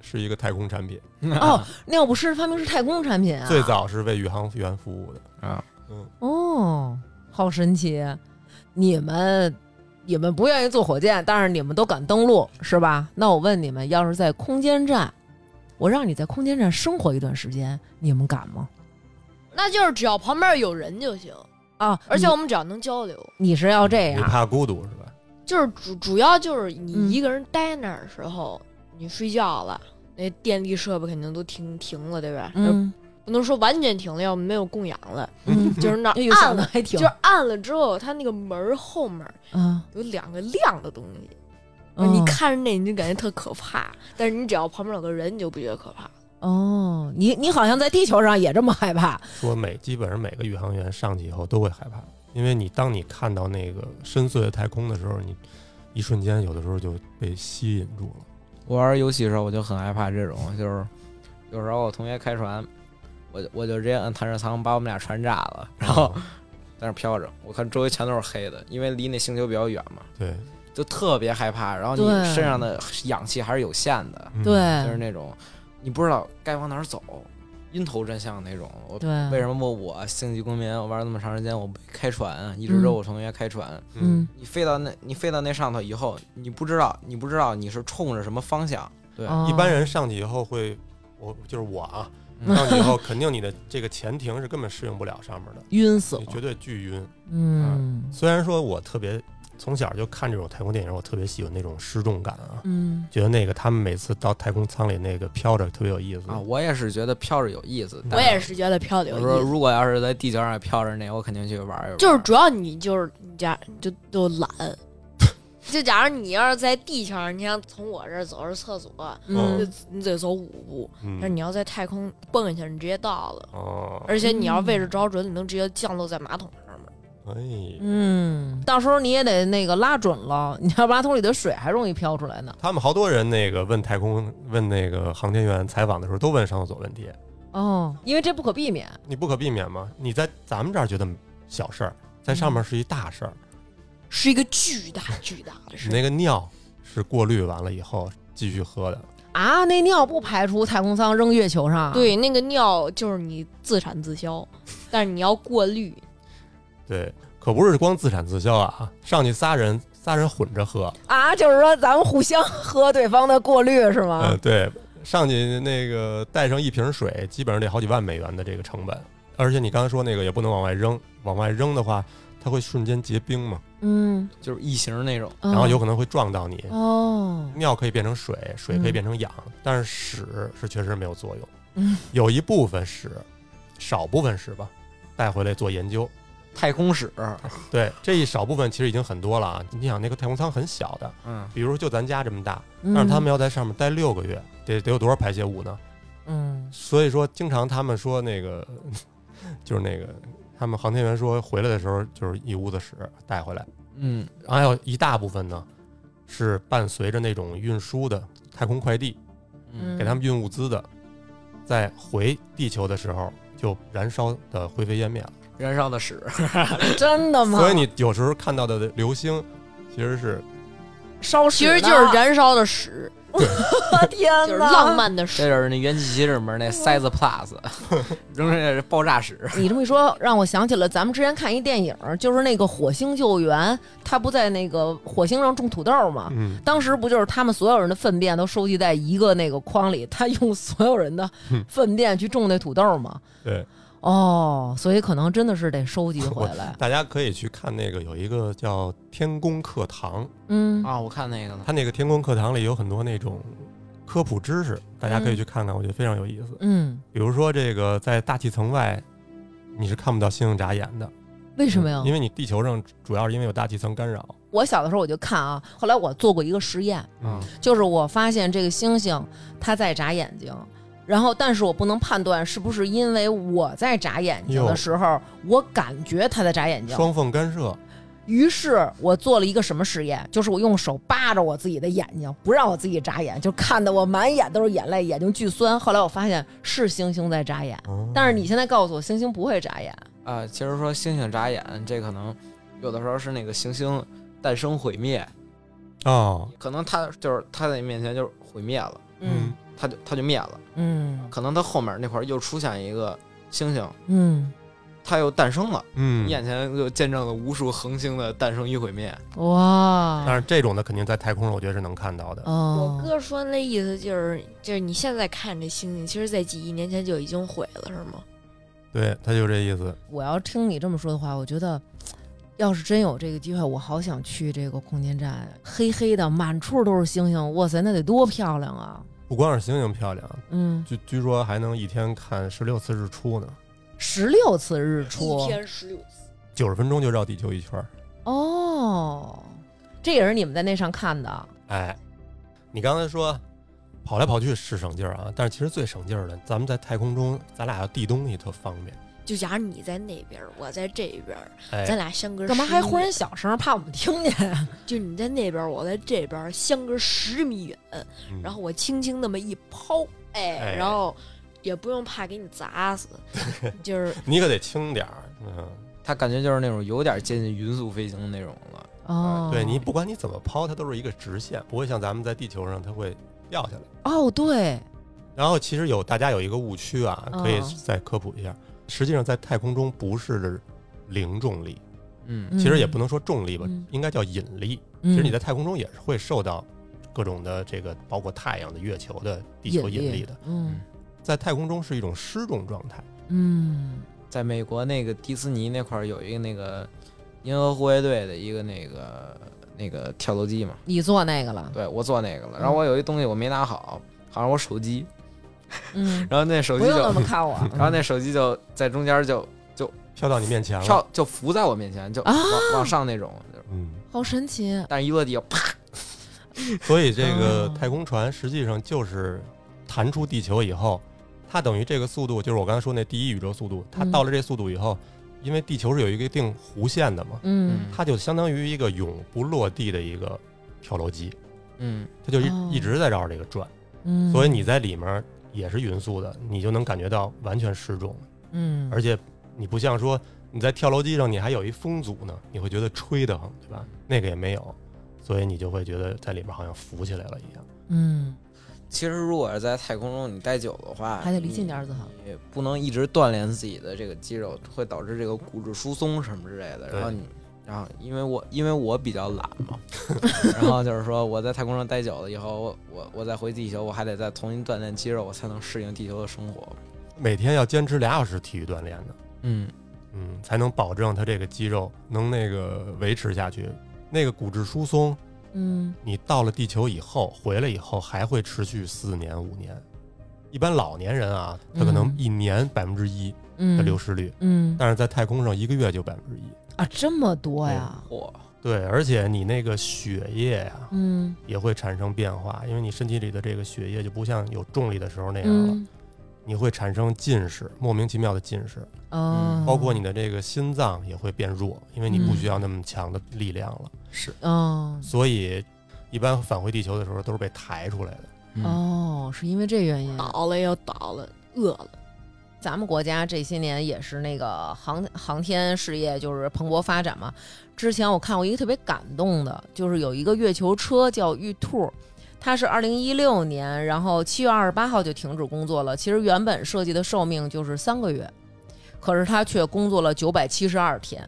[SPEAKER 2] 是一个太空产品，
[SPEAKER 4] 啊
[SPEAKER 1] 哦，尿不湿发明是太空产品啊，
[SPEAKER 2] 最早是为宇航员服务的。
[SPEAKER 4] 啊，
[SPEAKER 2] 嗯，
[SPEAKER 1] 哦，好神奇！你们你们不愿意坐火箭，但是你们都敢登陆，是吧？那我问你们，要是在空间站，我让你在空间站生活一段时间，你们敢吗？
[SPEAKER 3] 那就是只要旁边有人就行，
[SPEAKER 1] 啊，
[SPEAKER 3] 而且我们只要能交流，
[SPEAKER 1] 你你是要哦这
[SPEAKER 2] 你
[SPEAKER 1] 样，啊
[SPEAKER 2] 怕孤独是吧？
[SPEAKER 3] 就是主主要就是
[SPEAKER 1] 嗯
[SPEAKER 3] 你一个人待那儿的时候，你睡觉了，那电力设备肯定都停停了，对吧？
[SPEAKER 1] 嗯，
[SPEAKER 3] 不能说完全停了，要没有供氧 了，
[SPEAKER 1] 嗯
[SPEAKER 3] 就是那儿
[SPEAKER 1] 哎呦，
[SPEAKER 3] 暗
[SPEAKER 1] 想的
[SPEAKER 3] 了，
[SPEAKER 1] 还挺
[SPEAKER 3] 就是暗了之后，它那个门儿后面儿
[SPEAKER 1] 啊，
[SPEAKER 3] 有两个亮的东西，
[SPEAKER 1] 嗯
[SPEAKER 3] 你看着那你就感觉特可怕，但是你只要旁边有个人，你就不觉得可怕。
[SPEAKER 1] 哦，你你好像在地球上也这么害怕，
[SPEAKER 2] 说每基本上每个宇航员上去以后都会害怕，因为你当你看到那个深邃的太空的时候，你一瞬间有的时候就被吸引住了。
[SPEAKER 4] 我玩游戏的时候我就很害怕这种，就是有时候我同学开船，我就我就直接按弹射舱把我们俩船炸了，然
[SPEAKER 1] 哦
[SPEAKER 4] 后在那儿飘着，我看周围全都是黑的，因为离那星球比较远嘛，
[SPEAKER 2] 对，
[SPEAKER 4] 就特别害怕。然后你
[SPEAKER 1] 对
[SPEAKER 4] 身上的氧气还是有限的，
[SPEAKER 2] 嗯
[SPEAKER 4] 就是
[SPEAKER 1] 对
[SPEAKER 4] 那种你不知道该往哪儿走，晕头转向那种。我为
[SPEAKER 1] 对，
[SPEAKER 4] 什么我星际公民我玩那么长时间我不开船啊，一直
[SPEAKER 1] 嗯
[SPEAKER 4] 都我同学开船，
[SPEAKER 1] 嗯，
[SPEAKER 4] 你飞到那你飞到那上头以后，你不知道你不知道你是冲着什么方向。对，
[SPEAKER 1] 哦
[SPEAKER 2] 一般人上去以后会，我就是我啊，
[SPEAKER 4] 嗯
[SPEAKER 2] 上 去以后肯定你的这个潜艇是根本适应不了上面的，
[SPEAKER 1] 晕死
[SPEAKER 2] 你
[SPEAKER 1] 了，
[SPEAKER 2] 绝对巨晕。
[SPEAKER 1] 嗯
[SPEAKER 2] 虽然说我特别从小就看这种太空电影，我特别喜欢那种失重感啊，
[SPEAKER 1] 嗯
[SPEAKER 2] 觉得那个他们每次到太空舱里那个飘着特别有意思
[SPEAKER 4] 啊，。我也是觉得飘着有意思。
[SPEAKER 3] 我
[SPEAKER 1] 哎
[SPEAKER 3] 也，是觉得飘的有
[SPEAKER 4] 我
[SPEAKER 3] 意
[SPEAKER 4] 说
[SPEAKER 3] 思，
[SPEAKER 4] 如果要是在地球上飘着那，我肯定去玩一玩。
[SPEAKER 3] 就是主要你就是你家就都懒，就假如你要是在地球，你想从我这儿走是厕所，
[SPEAKER 1] 嗯
[SPEAKER 3] 就
[SPEAKER 2] 哦
[SPEAKER 3] 你得走五步，但是
[SPEAKER 2] 嗯，
[SPEAKER 3] 你要在太空蹦一下，你直接到了，
[SPEAKER 2] 哦，
[SPEAKER 3] 而且你要位置找准，你能直接降落在马桶上面。
[SPEAKER 2] 哎，
[SPEAKER 1] 嗯，到时候你也得那个拉准了，你要不马桶里的水还容易飘出来呢。
[SPEAKER 2] 他们好多人那个问太空问那个航天员采访的时候都问上厕所问题，
[SPEAKER 1] 哦，因为这不可避免。
[SPEAKER 2] 你不可避免嘛。你在咱们这儿觉得小事儿，在上面是一大事儿。
[SPEAKER 4] 嗯
[SPEAKER 3] 是一个巨大巨大的事
[SPEAKER 2] 你。那个尿是过滤完了以后继续喝的，
[SPEAKER 1] 啊，那尿不排出太空舱扔月球上？，啊
[SPEAKER 3] 对，那个尿就是你自产自销，但是你要过滤。
[SPEAKER 2] 对，可不是光自产自销啊，上去仨人仨人混着喝，
[SPEAKER 1] 啊，就是说咱们互相 喝对方的过滤是吗？
[SPEAKER 2] 呃，对，上去那个带上一瓶水，基本上得好几万美元的这个成本，而且你刚才说那个也不能往外扔，往外扔的话，它会瞬间结冰嘛，
[SPEAKER 1] 嗯，
[SPEAKER 4] 就是异形那种，
[SPEAKER 1] 然
[SPEAKER 2] 然后有可能会撞到你。
[SPEAKER 1] 嗯哦，
[SPEAKER 2] 尿可以变成水，水可以变成氧，但是屎是确实没有作用。
[SPEAKER 1] 嗯
[SPEAKER 2] 有一部分屎，少部分屎吧，带回来做研究。
[SPEAKER 4] 太空史，嗯
[SPEAKER 2] 对，这一少部分其实已经很多了啊。你想那个太空舱很小的，
[SPEAKER 4] 嗯，
[SPEAKER 2] 比如就咱家这么大，
[SPEAKER 1] 嗯
[SPEAKER 2] 但是他们要在上面待六个月，得得有多少排泄物呢？
[SPEAKER 1] 嗯
[SPEAKER 2] 所以说，经常他们说那个， 就是那个，他们航天员说回来的时候就是一屋子屎带回来，
[SPEAKER 4] 嗯，
[SPEAKER 2] 然后还有一大部分呢是伴随着那种运输的太空快递
[SPEAKER 1] 嗯
[SPEAKER 2] 给他们运物资的，在回地球的时候就燃烧的灰飞烟灭了。
[SPEAKER 4] 燃烧的屎，
[SPEAKER 1] 真的吗？
[SPEAKER 2] 所以你有时候看到的流星其实是
[SPEAKER 1] 烧
[SPEAKER 3] 其
[SPEAKER 1] 屎呢，
[SPEAKER 3] 实就是燃烧的屎，
[SPEAKER 1] 我 天哪，
[SPEAKER 3] 就是浪。漫的
[SPEAKER 4] 这
[SPEAKER 3] 屎。
[SPEAKER 4] 就是那元气骑士里面那塞子 plus，扔出来是爆炸屎，
[SPEAKER 1] 你这么一说，让我想起了咱们之前看一电影，就是那个火星救援，他不在那个火星上种土豆吗？
[SPEAKER 2] 嗯，
[SPEAKER 1] 当时不就是他们所有人的粪便都收集在一个那个筐里，他用所有人的
[SPEAKER 2] 嗯
[SPEAKER 1] 粪便去种那土豆吗？
[SPEAKER 2] 对，。
[SPEAKER 1] 哦，所以可能真的是得收集回来
[SPEAKER 2] 大家可以去看那个有一个叫天宫课堂，
[SPEAKER 1] 嗯，
[SPEAKER 4] 啊，我看那 个了，
[SPEAKER 2] 它那个天宫课堂里有很多那种科普知识，大家可以去看看，我觉得非常有意思。
[SPEAKER 1] 嗯，
[SPEAKER 2] 比如说这个在大气层外，你是看不到星星眨眼的，
[SPEAKER 1] 为什么呀？
[SPEAKER 2] 因为你地球上主要是因为有大气层干扰。
[SPEAKER 1] 我小的时候我就看啊，后来我做过一个实验，
[SPEAKER 4] 嗯，
[SPEAKER 1] 就是我发现这个星星它在眨眼睛，然后但是我不能判断是不是因为我在眨眼睛的
[SPEAKER 2] 哟
[SPEAKER 1] 时候，我感觉它在眨眼睛。
[SPEAKER 2] 双缝干涉，
[SPEAKER 1] 于是我做了一个什么实验，就是我用手扒着我自己的眼睛，不让我自己眨眼，就看得我满眼都是眼泪，眼睛巨酸。后来我发现是星星在眨眼，但是你现在告诉我星星不会眨眼，
[SPEAKER 4] 啊，其实说星星眨眼，这可能有的时候是那个行星诞生毁灭，
[SPEAKER 2] 哦，
[SPEAKER 4] 可能它就是它在你面前就是毁灭了，
[SPEAKER 2] 嗯，
[SPEAKER 4] 它就它就灭了，
[SPEAKER 1] 嗯
[SPEAKER 4] 可能它后面那块儿又出现一个星星，
[SPEAKER 1] 嗯，
[SPEAKER 4] 它又诞生了，
[SPEAKER 2] 嗯
[SPEAKER 4] 你，眼前就见证了无数恒星的诞生与毁灭，
[SPEAKER 1] 嗯哇，
[SPEAKER 2] 但是这种的肯定在太空上，我觉得是能看到的。
[SPEAKER 1] 哦
[SPEAKER 3] 我，哥说那意思就是，就是你现在看这星星，其实在几亿年前就已经毁了，是吗？
[SPEAKER 2] 对，他就这意思。
[SPEAKER 1] 我要听你这么说的话，我觉得。要是真有这个机会，我好想去这个空间站，黑黑的，满处都是星星，哇塞，那得多漂亮啊！
[SPEAKER 2] 不光是星星漂亮，
[SPEAKER 1] 嗯，
[SPEAKER 2] 据据说还能一天看十六次日出呢，
[SPEAKER 1] 十六次日出，
[SPEAKER 3] 十六次，
[SPEAKER 2] 九十分钟就绕地球一圈儿。
[SPEAKER 1] 哦，这也是你们在那上看的，
[SPEAKER 2] 哎，你刚才说跑来跑去是省劲儿啊，但是其实最省劲儿的，咱们在太空中，咱俩要递东西特方便。
[SPEAKER 3] 就假如你在那边，我在这边，咱
[SPEAKER 2] 哎，
[SPEAKER 3] 俩相隔
[SPEAKER 1] 干嘛还
[SPEAKER 3] 10
[SPEAKER 1] 忽然小声，怕我们听见？
[SPEAKER 3] 就你在那边，我在这边，相隔十米远，
[SPEAKER 2] 嗯
[SPEAKER 3] 然后我轻轻那么一抛，哎，
[SPEAKER 2] 哎
[SPEAKER 3] 然后也不用怕给你 砸死，就是
[SPEAKER 2] 你可得轻点儿，嗯。
[SPEAKER 4] 它感觉就是那种有点接近匀速飞行那种了。
[SPEAKER 1] 哦，
[SPEAKER 2] 对你不管你怎么抛，它都是一个直线，不会像咱们在地球上它会掉下来。
[SPEAKER 1] 哦，对，
[SPEAKER 2] 然后其实有大家有一个误区啊，
[SPEAKER 1] 嗯
[SPEAKER 2] 可以再科普一下。实际上在太空中不是零重力，
[SPEAKER 4] 嗯，
[SPEAKER 2] 其实也不能说重力吧，
[SPEAKER 1] 嗯
[SPEAKER 2] 应该叫引力。
[SPEAKER 1] 嗯，
[SPEAKER 2] 其实你在太空中也是会受到各种的这个，包括太阳的、月球的、地球引力的。，
[SPEAKER 1] 嗯
[SPEAKER 2] 在太空中是一种失重状态。
[SPEAKER 1] 嗯，
[SPEAKER 4] 在美国那个迪士尼那块儿有一个那个银河护卫队的一个那个那个跳楼机嘛，
[SPEAKER 1] 你做那个了，
[SPEAKER 4] 对我做那个了，然后我有一东西我没拿好，好像我手机，
[SPEAKER 1] 嗯，
[SPEAKER 4] 然后那手
[SPEAKER 1] 不
[SPEAKER 4] 机就
[SPEAKER 1] 用，那么看我，
[SPEAKER 4] 然后那手机就在中间就
[SPEAKER 2] 飘到你面前了，
[SPEAKER 4] 跳就浮在我面前，就
[SPEAKER 1] 啊
[SPEAKER 4] 往往上那种，就
[SPEAKER 2] 嗯，
[SPEAKER 1] 好神奇！
[SPEAKER 4] 但是一落地，啪，
[SPEAKER 2] 所以这个
[SPEAKER 1] 哦
[SPEAKER 2] 太空船实际上就是弹出地球以后，它等于这个速度就是我刚才说那第一宇宙速度，它
[SPEAKER 1] 嗯
[SPEAKER 2] 到了这速度以后，因为地球是有一个一定弧线的嘛，
[SPEAKER 1] 嗯，
[SPEAKER 2] 它就相当于一个永不落地的一个跳楼机，
[SPEAKER 4] 嗯，
[SPEAKER 2] 它就一、
[SPEAKER 1] 哦
[SPEAKER 2] 一直在绕着这个转，
[SPEAKER 1] 嗯
[SPEAKER 2] 所以你在里面也是匀速的，你就能感觉到完全失重，
[SPEAKER 1] 嗯，
[SPEAKER 2] 而且你不像说你在跳楼机上你还有一风阻呢，你会觉得吹得很，对
[SPEAKER 1] 嗯
[SPEAKER 2] 吧？那个也没有，所以你就会觉得在里面好像浮起来了一样。
[SPEAKER 1] 嗯，
[SPEAKER 4] 其实如果是在太空中你待久的话，
[SPEAKER 1] 还得离近点儿子好。
[SPEAKER 4] 你不能一直锻炼自己的这个肌肉，会导致这个骨质疏松什么之类的。
[SPEAKER 2] 对
[SPEAKER 4] 然后你，然后因为我因为我比较懒嘛， 然后就是说我在太空上待久了以后，我我我再回地球，我还得再重新锻炼肌肉，我才能适应地球的生活。
[SPEAKER 2] 每天要坚持俩小时体育锻炼的，
[SPEAKER 4] 嗯，
[SPEAKER 2] 嗯，才能保证他这个肌肉能那个维持下去。那个骨质疏松，
[SPEAKER 1] 嗯，
[SPEAKER 2] 你到了地球以后，回来以后还会持续四年五年。一般老年人啊，他可能
[SPEAKER 1] 嗯
[SPEAKER 2] 一年百分之一的
[SPEAKER 1] 嗯，
[SPEAKER 2] 流失率，
[SPEAKER 1] 嗯
[SPEAKER 2] 但是在太空上一个月就百分之一。
[SPEAKER 1] 啊，这么多呀，
[SPEAKER 4] 嚯，
[SPEAKER 2] 对，而且你那个血液呀、
[SPEAKER 1] 嗯
[SPEAKER 2] 也会产生变化，因为你身体里的这个血液就不像有重力的时候那样了，
[SPEAKER 1] 嗯，
[SPEAKER 2] 你会产生近视，莫名其妙的近视。
[SPEAKER 1] 哦，
[SPEAKER 2] 嗯包括你的这个心脏也会变弱，因为你不需要那么强的力量了。
[SPEAKER 4] 是
[SPEAKER 1] 哦
[SPEAKER 2] 所以，一般返回地球的时候都是被抬出来的。
[SPEAKER 4] 嗯
[SPEAKER 1] 哦，是因为这原因。
[SPEAKER 3] 倒了要倒了，饿了。
[SPEAKER 1] 咱们国家这些年也是那个航航天事业就是蓬勃发展嘛。之前我看过一个特别感动的，就是有一个月球车叫玉兔，它是二零一六年，然后七月二十八号就停止工作了。其实原本设计的寿命就是三个月，可是它却工作了九百七十二天。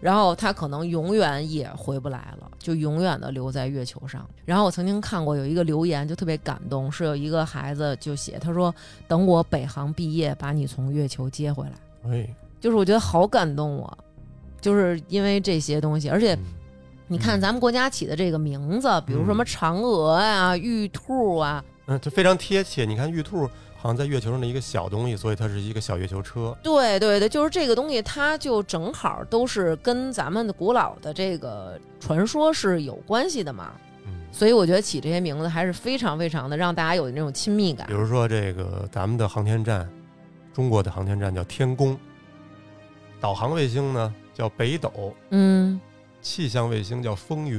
[SPEAKER 1] 然后它可能永远也回不来了，就永远的留在月球上。然后我曾经看过有一个留言，就特别感动，是有一个孩子就写，他说：“等我北航毕业，把你从月球接回来。
[SPEAKER 2] 哎，”
[SPEAKER 1] 就是我觉得好感动啊，就是因为这些东西，而且
[SPEAKER 2] 嗯
[SPEAKER 1] 你看
[SPEAKER 4] 嗯
[SPEAKER 1] 咱们国家起的这个名字，比如什么嫦娥呀、玉兔啊，
[SPEAKER 2] 嗯，这非常贴切。你看玉兔好像在月球上的一个小东西，所以它是一个小月球车。
[SPEAKER 1] 对对对，就是这个东西，它就正好都是跟咱们的古老的这个传说是有关系的嘛。
[SPEAKER 2] 嗯，
[SPEAKER 1] 所以我觉得起这些名字还是非常非常的让大家有那种亲密感
[SPEAKER 2] 比。如说这个咱们的航天站，中国的航天站叫天宫，导航卫星呢叫北斗，
[SPEAKER 1] 嗯，
[SPEAKER 2] 气象卫星叫风云，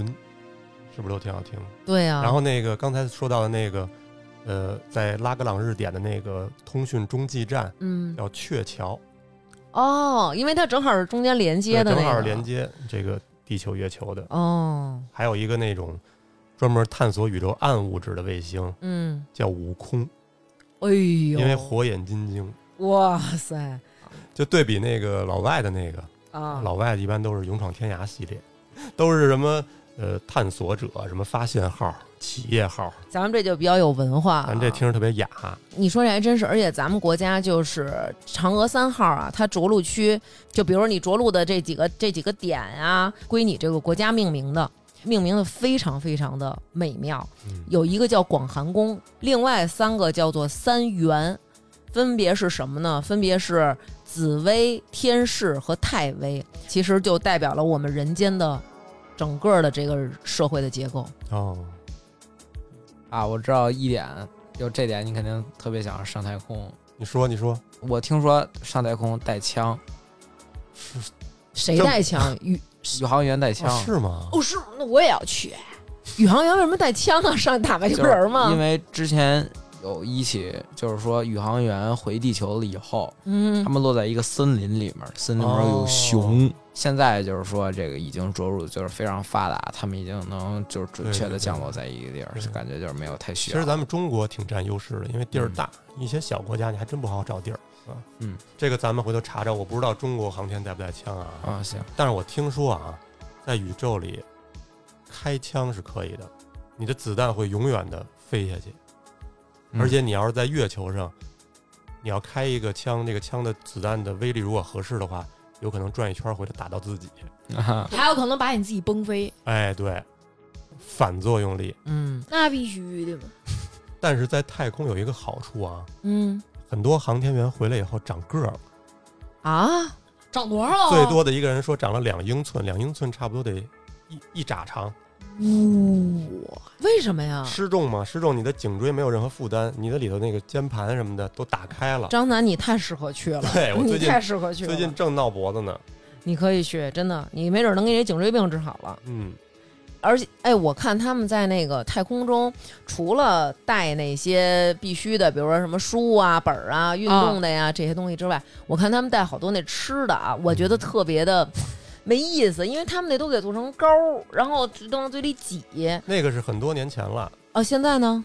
[SPEAKER 2] 是不是都挺好听？
[SPEAKER 1] 对啊。
[SPEAKER 2] 然后那个刚才说到的那个，呃，在拉格朗日点的那个通讯中继站
[SPEAKER 1] 嗯，
[SPEAKER 2] 叫鹊桥，
[SPEAKER 1] 哦，因为它正好是中间连接的那
[SPEAKER 2] 对
[SPEAKER 1] 个，
[SPEAKER 2] 正好连。接这个地球、月球的。
[SPEAKER 1] 哦，
[SPEAKER 2] 还有一个那种专门探索宇宙暗物质的卫星
[SPEAKER 1] 嗯，
[SPEAKER 2] 叫悟空，
[SPEAKER 1] 哎呦，
[SPEAKER 2] 因为火眼金睛。
[SPEAKER 1] 哇塞
[SPEAKER 2] 就对比那个老外的那个，
[SPEAKER 1] 啊，
[SPEAKER 2] 老外一般都是勇闯天涯系列， 都是什么呃探索者、什么发现号、企业号，
[SPEAKER 1] 咱们这就比较有文化、啊。
[SPEAKER 2] 咱这听着特别雅。
[SPEAKER 1] 你说这还真是，而且咱们国家就是嫦娥三号啊，它着陆区，就比如你着陆的这几个这几个点啊，归你这个国家命名的，命名的非常非常的美妙。
[SPEAKER 2] 嗯，
[SPEAKER 1] 有一个叫广寒宫，另外三个叫做三元，分别是什么呢？分别是紫薇、天市和太微，其实就代表了我们人间的整个的这个社会的结构。
[SPEAKER 2] 哦，
[SPEAKER 4] 啊，我知道一点，就这点你肯定特别想上太空。
[SPEAKER 2] 你说，你说，
[SPEAKER 4] 我听说上太空带枪，
[SPEAKER 2] 是
[SPEAKER 1] 谁
[SPEAKER 2] 这
[SPEAKER 1] 带枪？宇
[SPEAKER 4] 宇航员带枪。
[SPEAKER 2] 哦啊是吗？
[SPEAKER 3] 哦，是吗，那我也要去。
[SPEAKER 1] 宇航员为什么带枪啊？上去打 外星
[SPEAKER 4] 就是
[SPEAKER 1] 人吗？
[SPEAKER 4] 因为之前有一起，就是说宇航员回地球了以后，
[SPEAKER 1] 嗯哦
[SPEAKER 4] 他们落在一个森林里面，森林里面有熊。现在就是说，这个已经着陆就是非常发达，他们已经能就是准
[SPEAKER 2] 对
[SPEAKER 4] 确
[SPEAKER 2] 对
[SPEAKER 4] 的
[SPEAKER 2] 对
[SPEAKER 4] 降落在一个地儿，
[SPEAKER 2] 对
[SPEAKER 4] 就感觉就是没有太
[SPEAKER 2] 其
[SPEAKER 4] 需要。
[SPEAKER 2] 实咱们中国挺占优势的，因为地儿
[SPEAKER 4] 啊嗯
[SPEAKER 2] 大，一些小国家你还真不好找地儿啊。
[SPEAKER 4] 嗯，
[SPEAKER 2] 这个咱们回头查查，我不知道中国航天带不带枪啊。
[SPEAKER 4] 啊行，
[SPEAKER 2] 但是我听说啊，在宇宙里开枪是可以的，你的子弹会永远的飞下去，
[SPEAKER 4] 嗯
[SPEAKER 2] 而且你要是在月球上，你要开一个枪，这个枪的子弹的威力如果合适的话，有可能转一圈回来打到自己。
[SPEAKER 4] 啊哈
[SPEAKER 3] 还有可能把你自己崩飞，
[SPEAKER 2] 哎，对，反作用力。
[SPEAKER 1] 嗯
[SPEAKER 3] 那必须的嘛。
[SPEAKER 2] 但是在太空有一个好处啊，
[SPEAKER 1] 嗯
[SPEAKER 2] 很多航天员回来以后长个儿了。
[SPEAKER 1] 啊，
[SPEAKER 3] 长多少啊？
[SPEAKER 1] 哦
[SPEAKER 2] 最多的一个人说长了两英寸，两英寸差不多得一一拃长。
[SPEAKER 3] 哇，
[SPEAKER 1] 为什么呀？
[SPEAKER 2] 失重嘛，失重你的颈椎没有任何负担，你的里头那个肩盘什么的都打开 了。
[SPEAKER 1] 张楠，你太适合去了，
[SPEAKER 2] 对哎我
[SPEAKER 1] 你
[SPEAKER 2] 最近
[SPEAKER 1] 太适合去了。
[SPEAKER 2] 最近正闹脖子呢，
[SPEAKER 1] 你可以去，真的，你没准能给你颈椎病治好了。
[SPEAKER 2] 嗯，
[SPEAKER 1] 而且，哎，我看他们在那个太空中，除了带那些必须的，比如说什么书啊、本儿啊、运动的呀、这些东西之外，我看他们带好多那吃的啊，我觉得特别的没意思，因为他们那都给做成膏儿，然后都往嘴里挤。
[SPEAKER 2] 那个是很多年前了，
[SPEAKER 1] 哦，现在呢？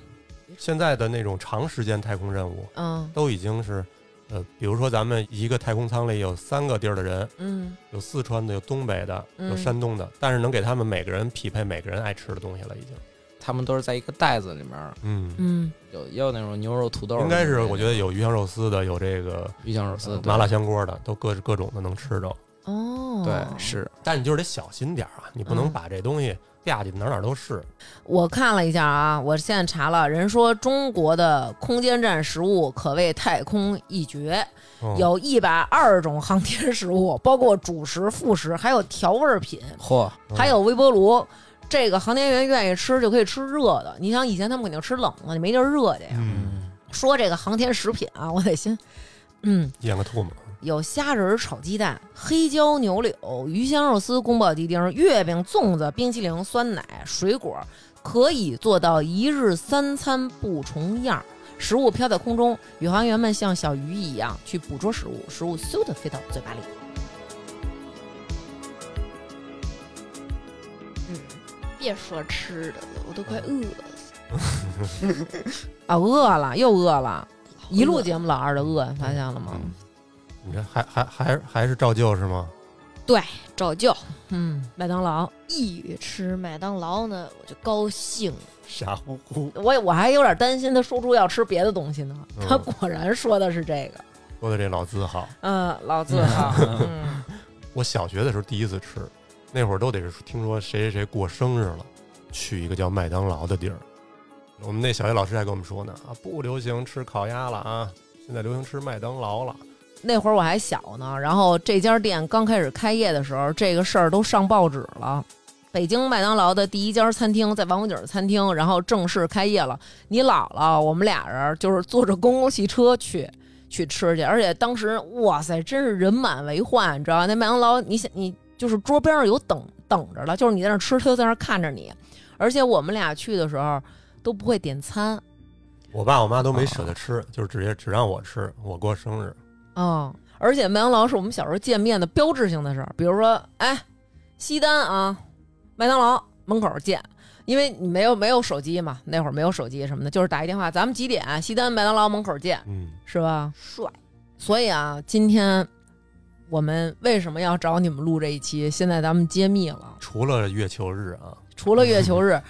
[SPEAKER 2] 现在的那种长时间太空任务
[SPEAKER 1] 嗯
[SPEAKER 2] 都已经是，呃，比如说咱们一个太空舱里有三个地儿的人，
[SPEAKER 1] 嗯，
[SPEAKER 2] 有四川的，有东北的，
[SPEAKER 1] 嗯
[SPEAKER 2] 有山东的，但是能给他们每个人匹配每个人爱吃的东西了，已经。
[SPEAKER 4] 他们都是在一个袋子里面，
[SPEAKER 2] 嗯，
[SPEAKER 1] 嗯，
[SPEAKER 4] 有也有那种牛肉、土豆，
[SPEAKER 2] 应该是我觉得有鱼香肉丝的，有这个
[SPEAKER 4] 鱼香肉丝
[SPEAKER 2] 呃、
[SPEAKER 4] 对
[SPEAKER 2] 麻辣香锅的，都各各种的能吃着。
[SPEAKER 1] 哦，
[SPEAKER 4] 对，是
[SPEAKER 2] 但你就是得小心点儿啊，你不能
[SPEAKER 1] 嗯
[SPEAKER 2] 把这东西吧唧哪儿哪儿都是。
[SPEAKER 1] 我看了一下啊，我现在查了，人说中国的空间站食物可谓太空一绝，
[SPEAKER 2] 嗯、
[SPEAKER 1] 有一百二种航天食物，包括主食、副食，还有调味品，
[SPEAKER 4] 嚯，
[SPEAKER 2] 嗯
[SPEAKER 1] 还有微波炉。这个航天员愿意吃就可以吃热的，你想以前他们肯定吃冷的，你没地儿热去呀。
[SPEAKER 2] 嗯，
[SPEAKER 1] 说这个航天食品啊，我得先，嗯，
[SPEAKER 2] 咽个唾沫。
[SPEAKER 1] 有虾仁儿炒鸡蛋、黑椒牛柳、鱼香肉丝、宫保鸡丁、月饼、粽子、冰淇淋、酸奶、水果，可以做到一日三餐不重样儿。食物飘在空中，宇航员们像小鱼一样去捕捉食物，食物嗖地飞到嘴巴里。
[SPEAKER 3] 嗯，别说吃的了，我都快饿死了，
[SPEAKER 1] 啊，饿了，又饿了，一录
[SPEAKER 3] 饿
[SPEAKER 1] 节目老二就饿，你发现了
[SPEAKER 2] 嗯
[SPEAKER 1] 吗？嗯
[SPEAKER 2] 你这还还还还是照旧是吗？
[SPEAKER 3] 照叫。
[SPEAKER 1] 嗯，麦当劳，
[SPEAKER 3] 一吃麦当劳呢，我就高兴。
[SPEAKER 2] 傻乎乎，
[SPEAKER 1] 我我还有点担心他说出要吃别的东西呢，
[SPEAKER 2] 嗯
[SPEAKER 1] 他果然说的是这个。
[SPEAKER 2] 说的这老字号。
[SPEAKER 1] 嗯，老字号，嗯，
[SPEAKER 2] 我小学的时候第一次吃，那会儿都得是听说谁谁谁过生日了，去一个叫麦当劳的地儿。我们那小学老师还跟我们说呢，啊，不流行吃烤鸭了啊，现在流行吃麦当劳了。
[SPEAKER 1] 那会儿我还小呢，然后这家店刚开始开业的时候，这个事儿都上报纸了。北京麦当劳的第一家餐厅在王府井餐厅，然后正式开业了。你姥姥，我们俩人就是坐着公共汽车去去吃去，而且当时哇塞，真是人满为患，你知道吧那麦当劳，你想你就是桌边上有等等着的，就是你在那儿吃，他就在那儿看着你。而且我们俩去的时候都不会点餐，
[SPEAKER 2] 我爸我妈都没舍得吃，就是直接只让我吃。我过生日，
[SPEAKER 1] 哦，而且麦当劳是我们小时候见面的标志性的事儿，比如说，哎，西单啊，麦当劳门口见，因为你没有没有手机嘛，那会儿没有手机什么的，就是打一电话，咱们几点？啊西单麦当劳门口见，
[SPEAKER 2] 嗯，
[SPEAKER 1] 是吧？
[SPEAKER 3] 帅，
[SPEAKER 1] 所以啊，今天我们为什么要找你们录这一期？现在咱们揭秘了，
[SPEAKER 2] 除了月球日啊，
[SPEAKER 1] 除了月球日。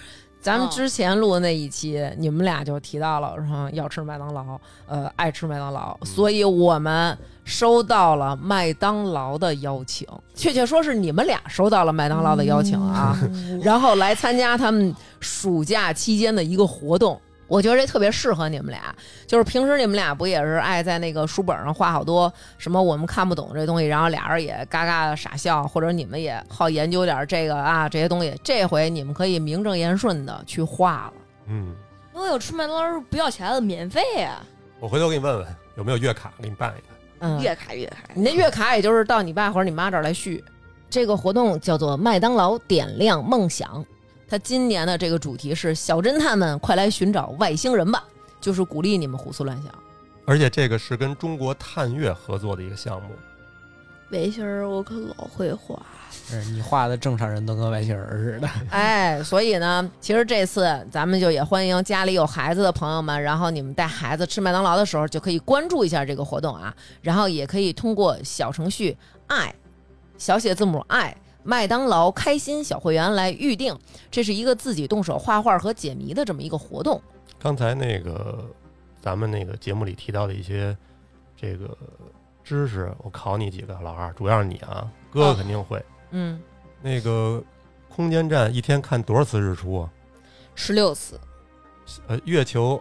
[SPEAKER 1] 咱们
[SPEAKER 3] 哦
[SPEAKER 1] 之前录的那一期，你们俩就提到了说要吃麦当劳，呃，爱吃麦当劳，
[SPEAKER 2] 嗯
[SPEAKER 1] 所以我们收到了麦当劳的邀请，确切说是你们俩收到了麦当劳的邀请啊，
[SPEAKER 3] 嗯
[SPEAKER 1] 然后来参加他们暑假期间的一个活动。我觉得这特别适合你们俩，就是平时你们俩不也是爱在那个书本上画好多什么我们看不懂这东西，然后俩人也嘎嘎傻笑，或者你们也好研究点这个啊这些东西。这回你们可以名正言顺的去画了。
[SPEAKER 2] 嗯，
[SPEAKER 3] 那我有吃麦当劳不要钱了，免费啊，
[SPEAKER 2] 我回头给你问问有没有月卡，给你办一个。
[SPEAKER 1] 嗯，
[SPEAKER 3] 越卡越卡。
[SPEAKER 1] 你那月卡也就是到你爸或者你妈这儿来续。这个活动叫做麦当劳点亮梦想，它今年的这个主题是小侦探们快来寻找外星人吧，就是鼓励你们胡思乱想。
[SPEAKER 2] 而且这个是跟中国探月合作的一个项目，
[SPEAKER 3] 围裙儿我可老会画，
[SPEAKER 4] 是你画的正常人都跟外星人似的，
[SPEAKER 1] 哎，所以呢，其实这次咱们就也欢迎家里有孩子的朋友们，然后你们带孩子吃麦当劳的时候，就可以关注一下这个活动啊，然后也可以通过小程序“爱”小写字母 “i” 麦当劳开心小会员来预定，这是一个自己动手画画和解谜的这么一个活动。
[SPEAKER 2] 刚才那个咱们那个节目里提到的一些这个知识，我考你几个，老二，主要是你啊，哥哥肯定会。
[SPEAKER 1] 嗯，
[SPEAKER 2] 那个空间站一天看多少次日出啊？
[SPEAKER 3] 十六次，
[SPEAKER 2] 呃，月球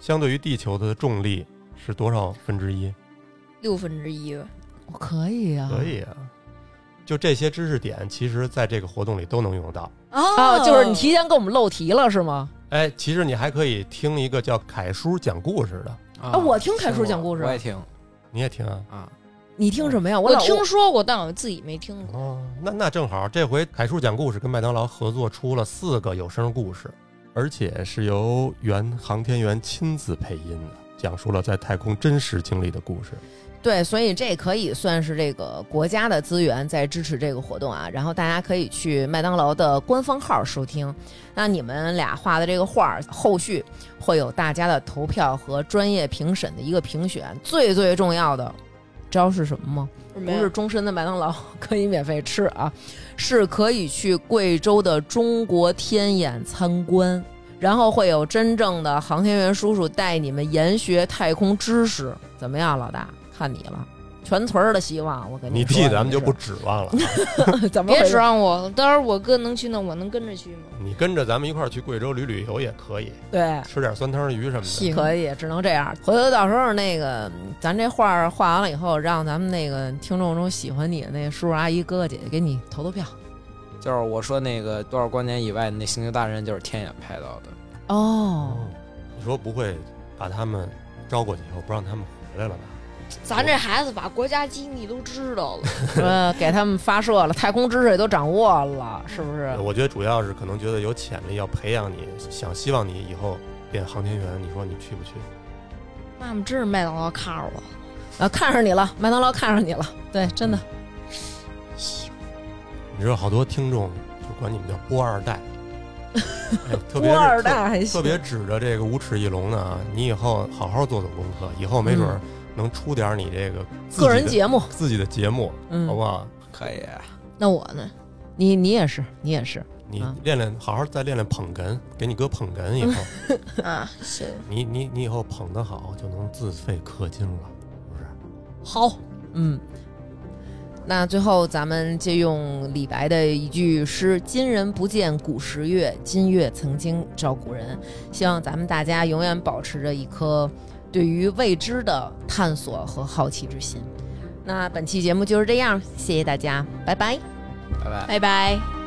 [SPEAKER 2] 相对于地球的重力是多少分之一？
[SPEAKER 3] 六分之一吧。
[SPEAKER 1] 我可以啊，
[SPEAKER 2] 可以啊，就这些知识点，其实在这个活动里都能用得到。
[SPEAKER 3] 啊
[SPEAKER 1] 哦，就是你提前给我们漏题了是吗？
[SPEAKER 2] 哎，其实你还可以听一个叫凯叔讲故事的，
[SPEAKER 4] 啊
[SPEAKER 1] 啊我听凯叔讲故事
[SPEAKER 4] 我也听
[SPEAKER 2] 你也听啊？
[SPEAKER 4] 啊，
[SPEAKER 1] 你听什么呀？我
[SPEAKER 3] 我
[SPEAKER 1] 老
[SPEAKER 3] 听说过，但我自己没听过。
[SPEAKER 2] 哦，那那正好，这回凯叔讲故事跟麦当劳合作出了四个有声故事，而且是由原航天员亲自配音的，讲述了在太空真实经历的故事。
[SPEAKER 1] 对，所以这可以算是这个国家的资源在支持这个活动啊。然后大家可以去麦当劳的官方号收听。那你们俩画的这个画儿，后续会有大家的投票和专业评审的一个评选。最最重要的，知道是什么吗？不是终身的麦当劳 可以免费吃啊，是可以去贵州的中国天眼参观，然后会有真正的航天员叔叔带你们研学太空知识。怎么样，老大？看你了，全村儿的希望。我跟
[SPEAKER 2] 你
[SPEAKER 1] 说，
[SPEAKER 2] 弟咱们
[SPEAKER 1] 你
[SPEAKER 2] 就是不指望了，
[SPEAKER 1] 怎么
[SPEAKER 3] 别
[SPEAKER 1] 回
[SPEAKER 3] 指
[SPEAKER 1] 事？
[SPEAKER 3] 望我，到时候我哥能去那，我能跟着去吗？
[SPEAKER 2] 你跟着咱们一块儿去贵州旅旅游也可以，
[SPEAKER 1] 对。
[SPEAKER 2] 吃点酸汤鱼什么的。
[SPEAKER 3] 行
[SPEAKER 1] 可以，只能这样。回头到时候那个，咱这画儿画完了以后，让咱们那个听众中喜欢你的那叔叔阿姨、哥哥姐姐给你投投票。
[SPEAKER 4] 就是我说那个多少光年以外的那星球大战就是天眼拍到的，
[SPEAKER 1] 哦
[SPEAKER 2] 你说不会把他们招过去以后不让他们回来了吧？
[SPEAKER 3] 咱这孩子把国家机密都知道 了，
[SPEAKER 1] 呃，给他们发射了，太空知识也都掌握了，是不是？
[SPEAKER 2] 我觉得主要是可啊能觉得有潜力，要培养你，想希望你以后变航天员，你说你去不去？
[SPEAKER 3] 妈妈真是麦当劳看着我。
[SPEAKER 1] 啊，看上你了，麦当劳看上你了，对，真的。
[SPEAKER 2] 嗯行，你知道好多听众就管你们叫“波二代”， 哎特
[SPEAKER 1] 富
[SPEAKER 2] 别是
[SPEAKER 1] 二代还
[SPEAKER 2] 特
[SPEAKER 1] 行，
[SPEAKER 2] 别指着这个无齿翼龙呢啊，你以后好好做做功课，以后没准儿能出点儿你这个
[SPEAKER 1] 嗯
[SPEAKER 2] 自己的
[SPEAKER 1] 个人节目，
[SPEAKER 2] 自己的节目，
[SPEAKER 1] 嗯，
[SPEAKER 2] 好不好？
[SPEAKER 4] 可以。
[SPEAKER 3] 那我呢？
[SPEAKER 1] 你你也是，你也是，
[SPEAKER 2] 你
[SPEAKER 1] 啊
[SPEAKER 2] 练练，好好再练练捧哏，给你哥捧哏以后，
[SPEAKER 3] 啊，行，
[SPEAKER 2] 你你你以后捧得好，就能自费氪金了，是不是？
[SPEAKER 3] 好，
[SPEAKER 1] 嗯。那最后，咱们借用李白的一句诗：“今人不见古时月，今月曾经照古人。”希望咱们大家永远保持着一颗对于未知的探索和好奇之心。那本期节目就是这样，谢谢大家，拜拜。
[SPEAKER 4] 拜拜。
[SPEAKER 3] 拜拜。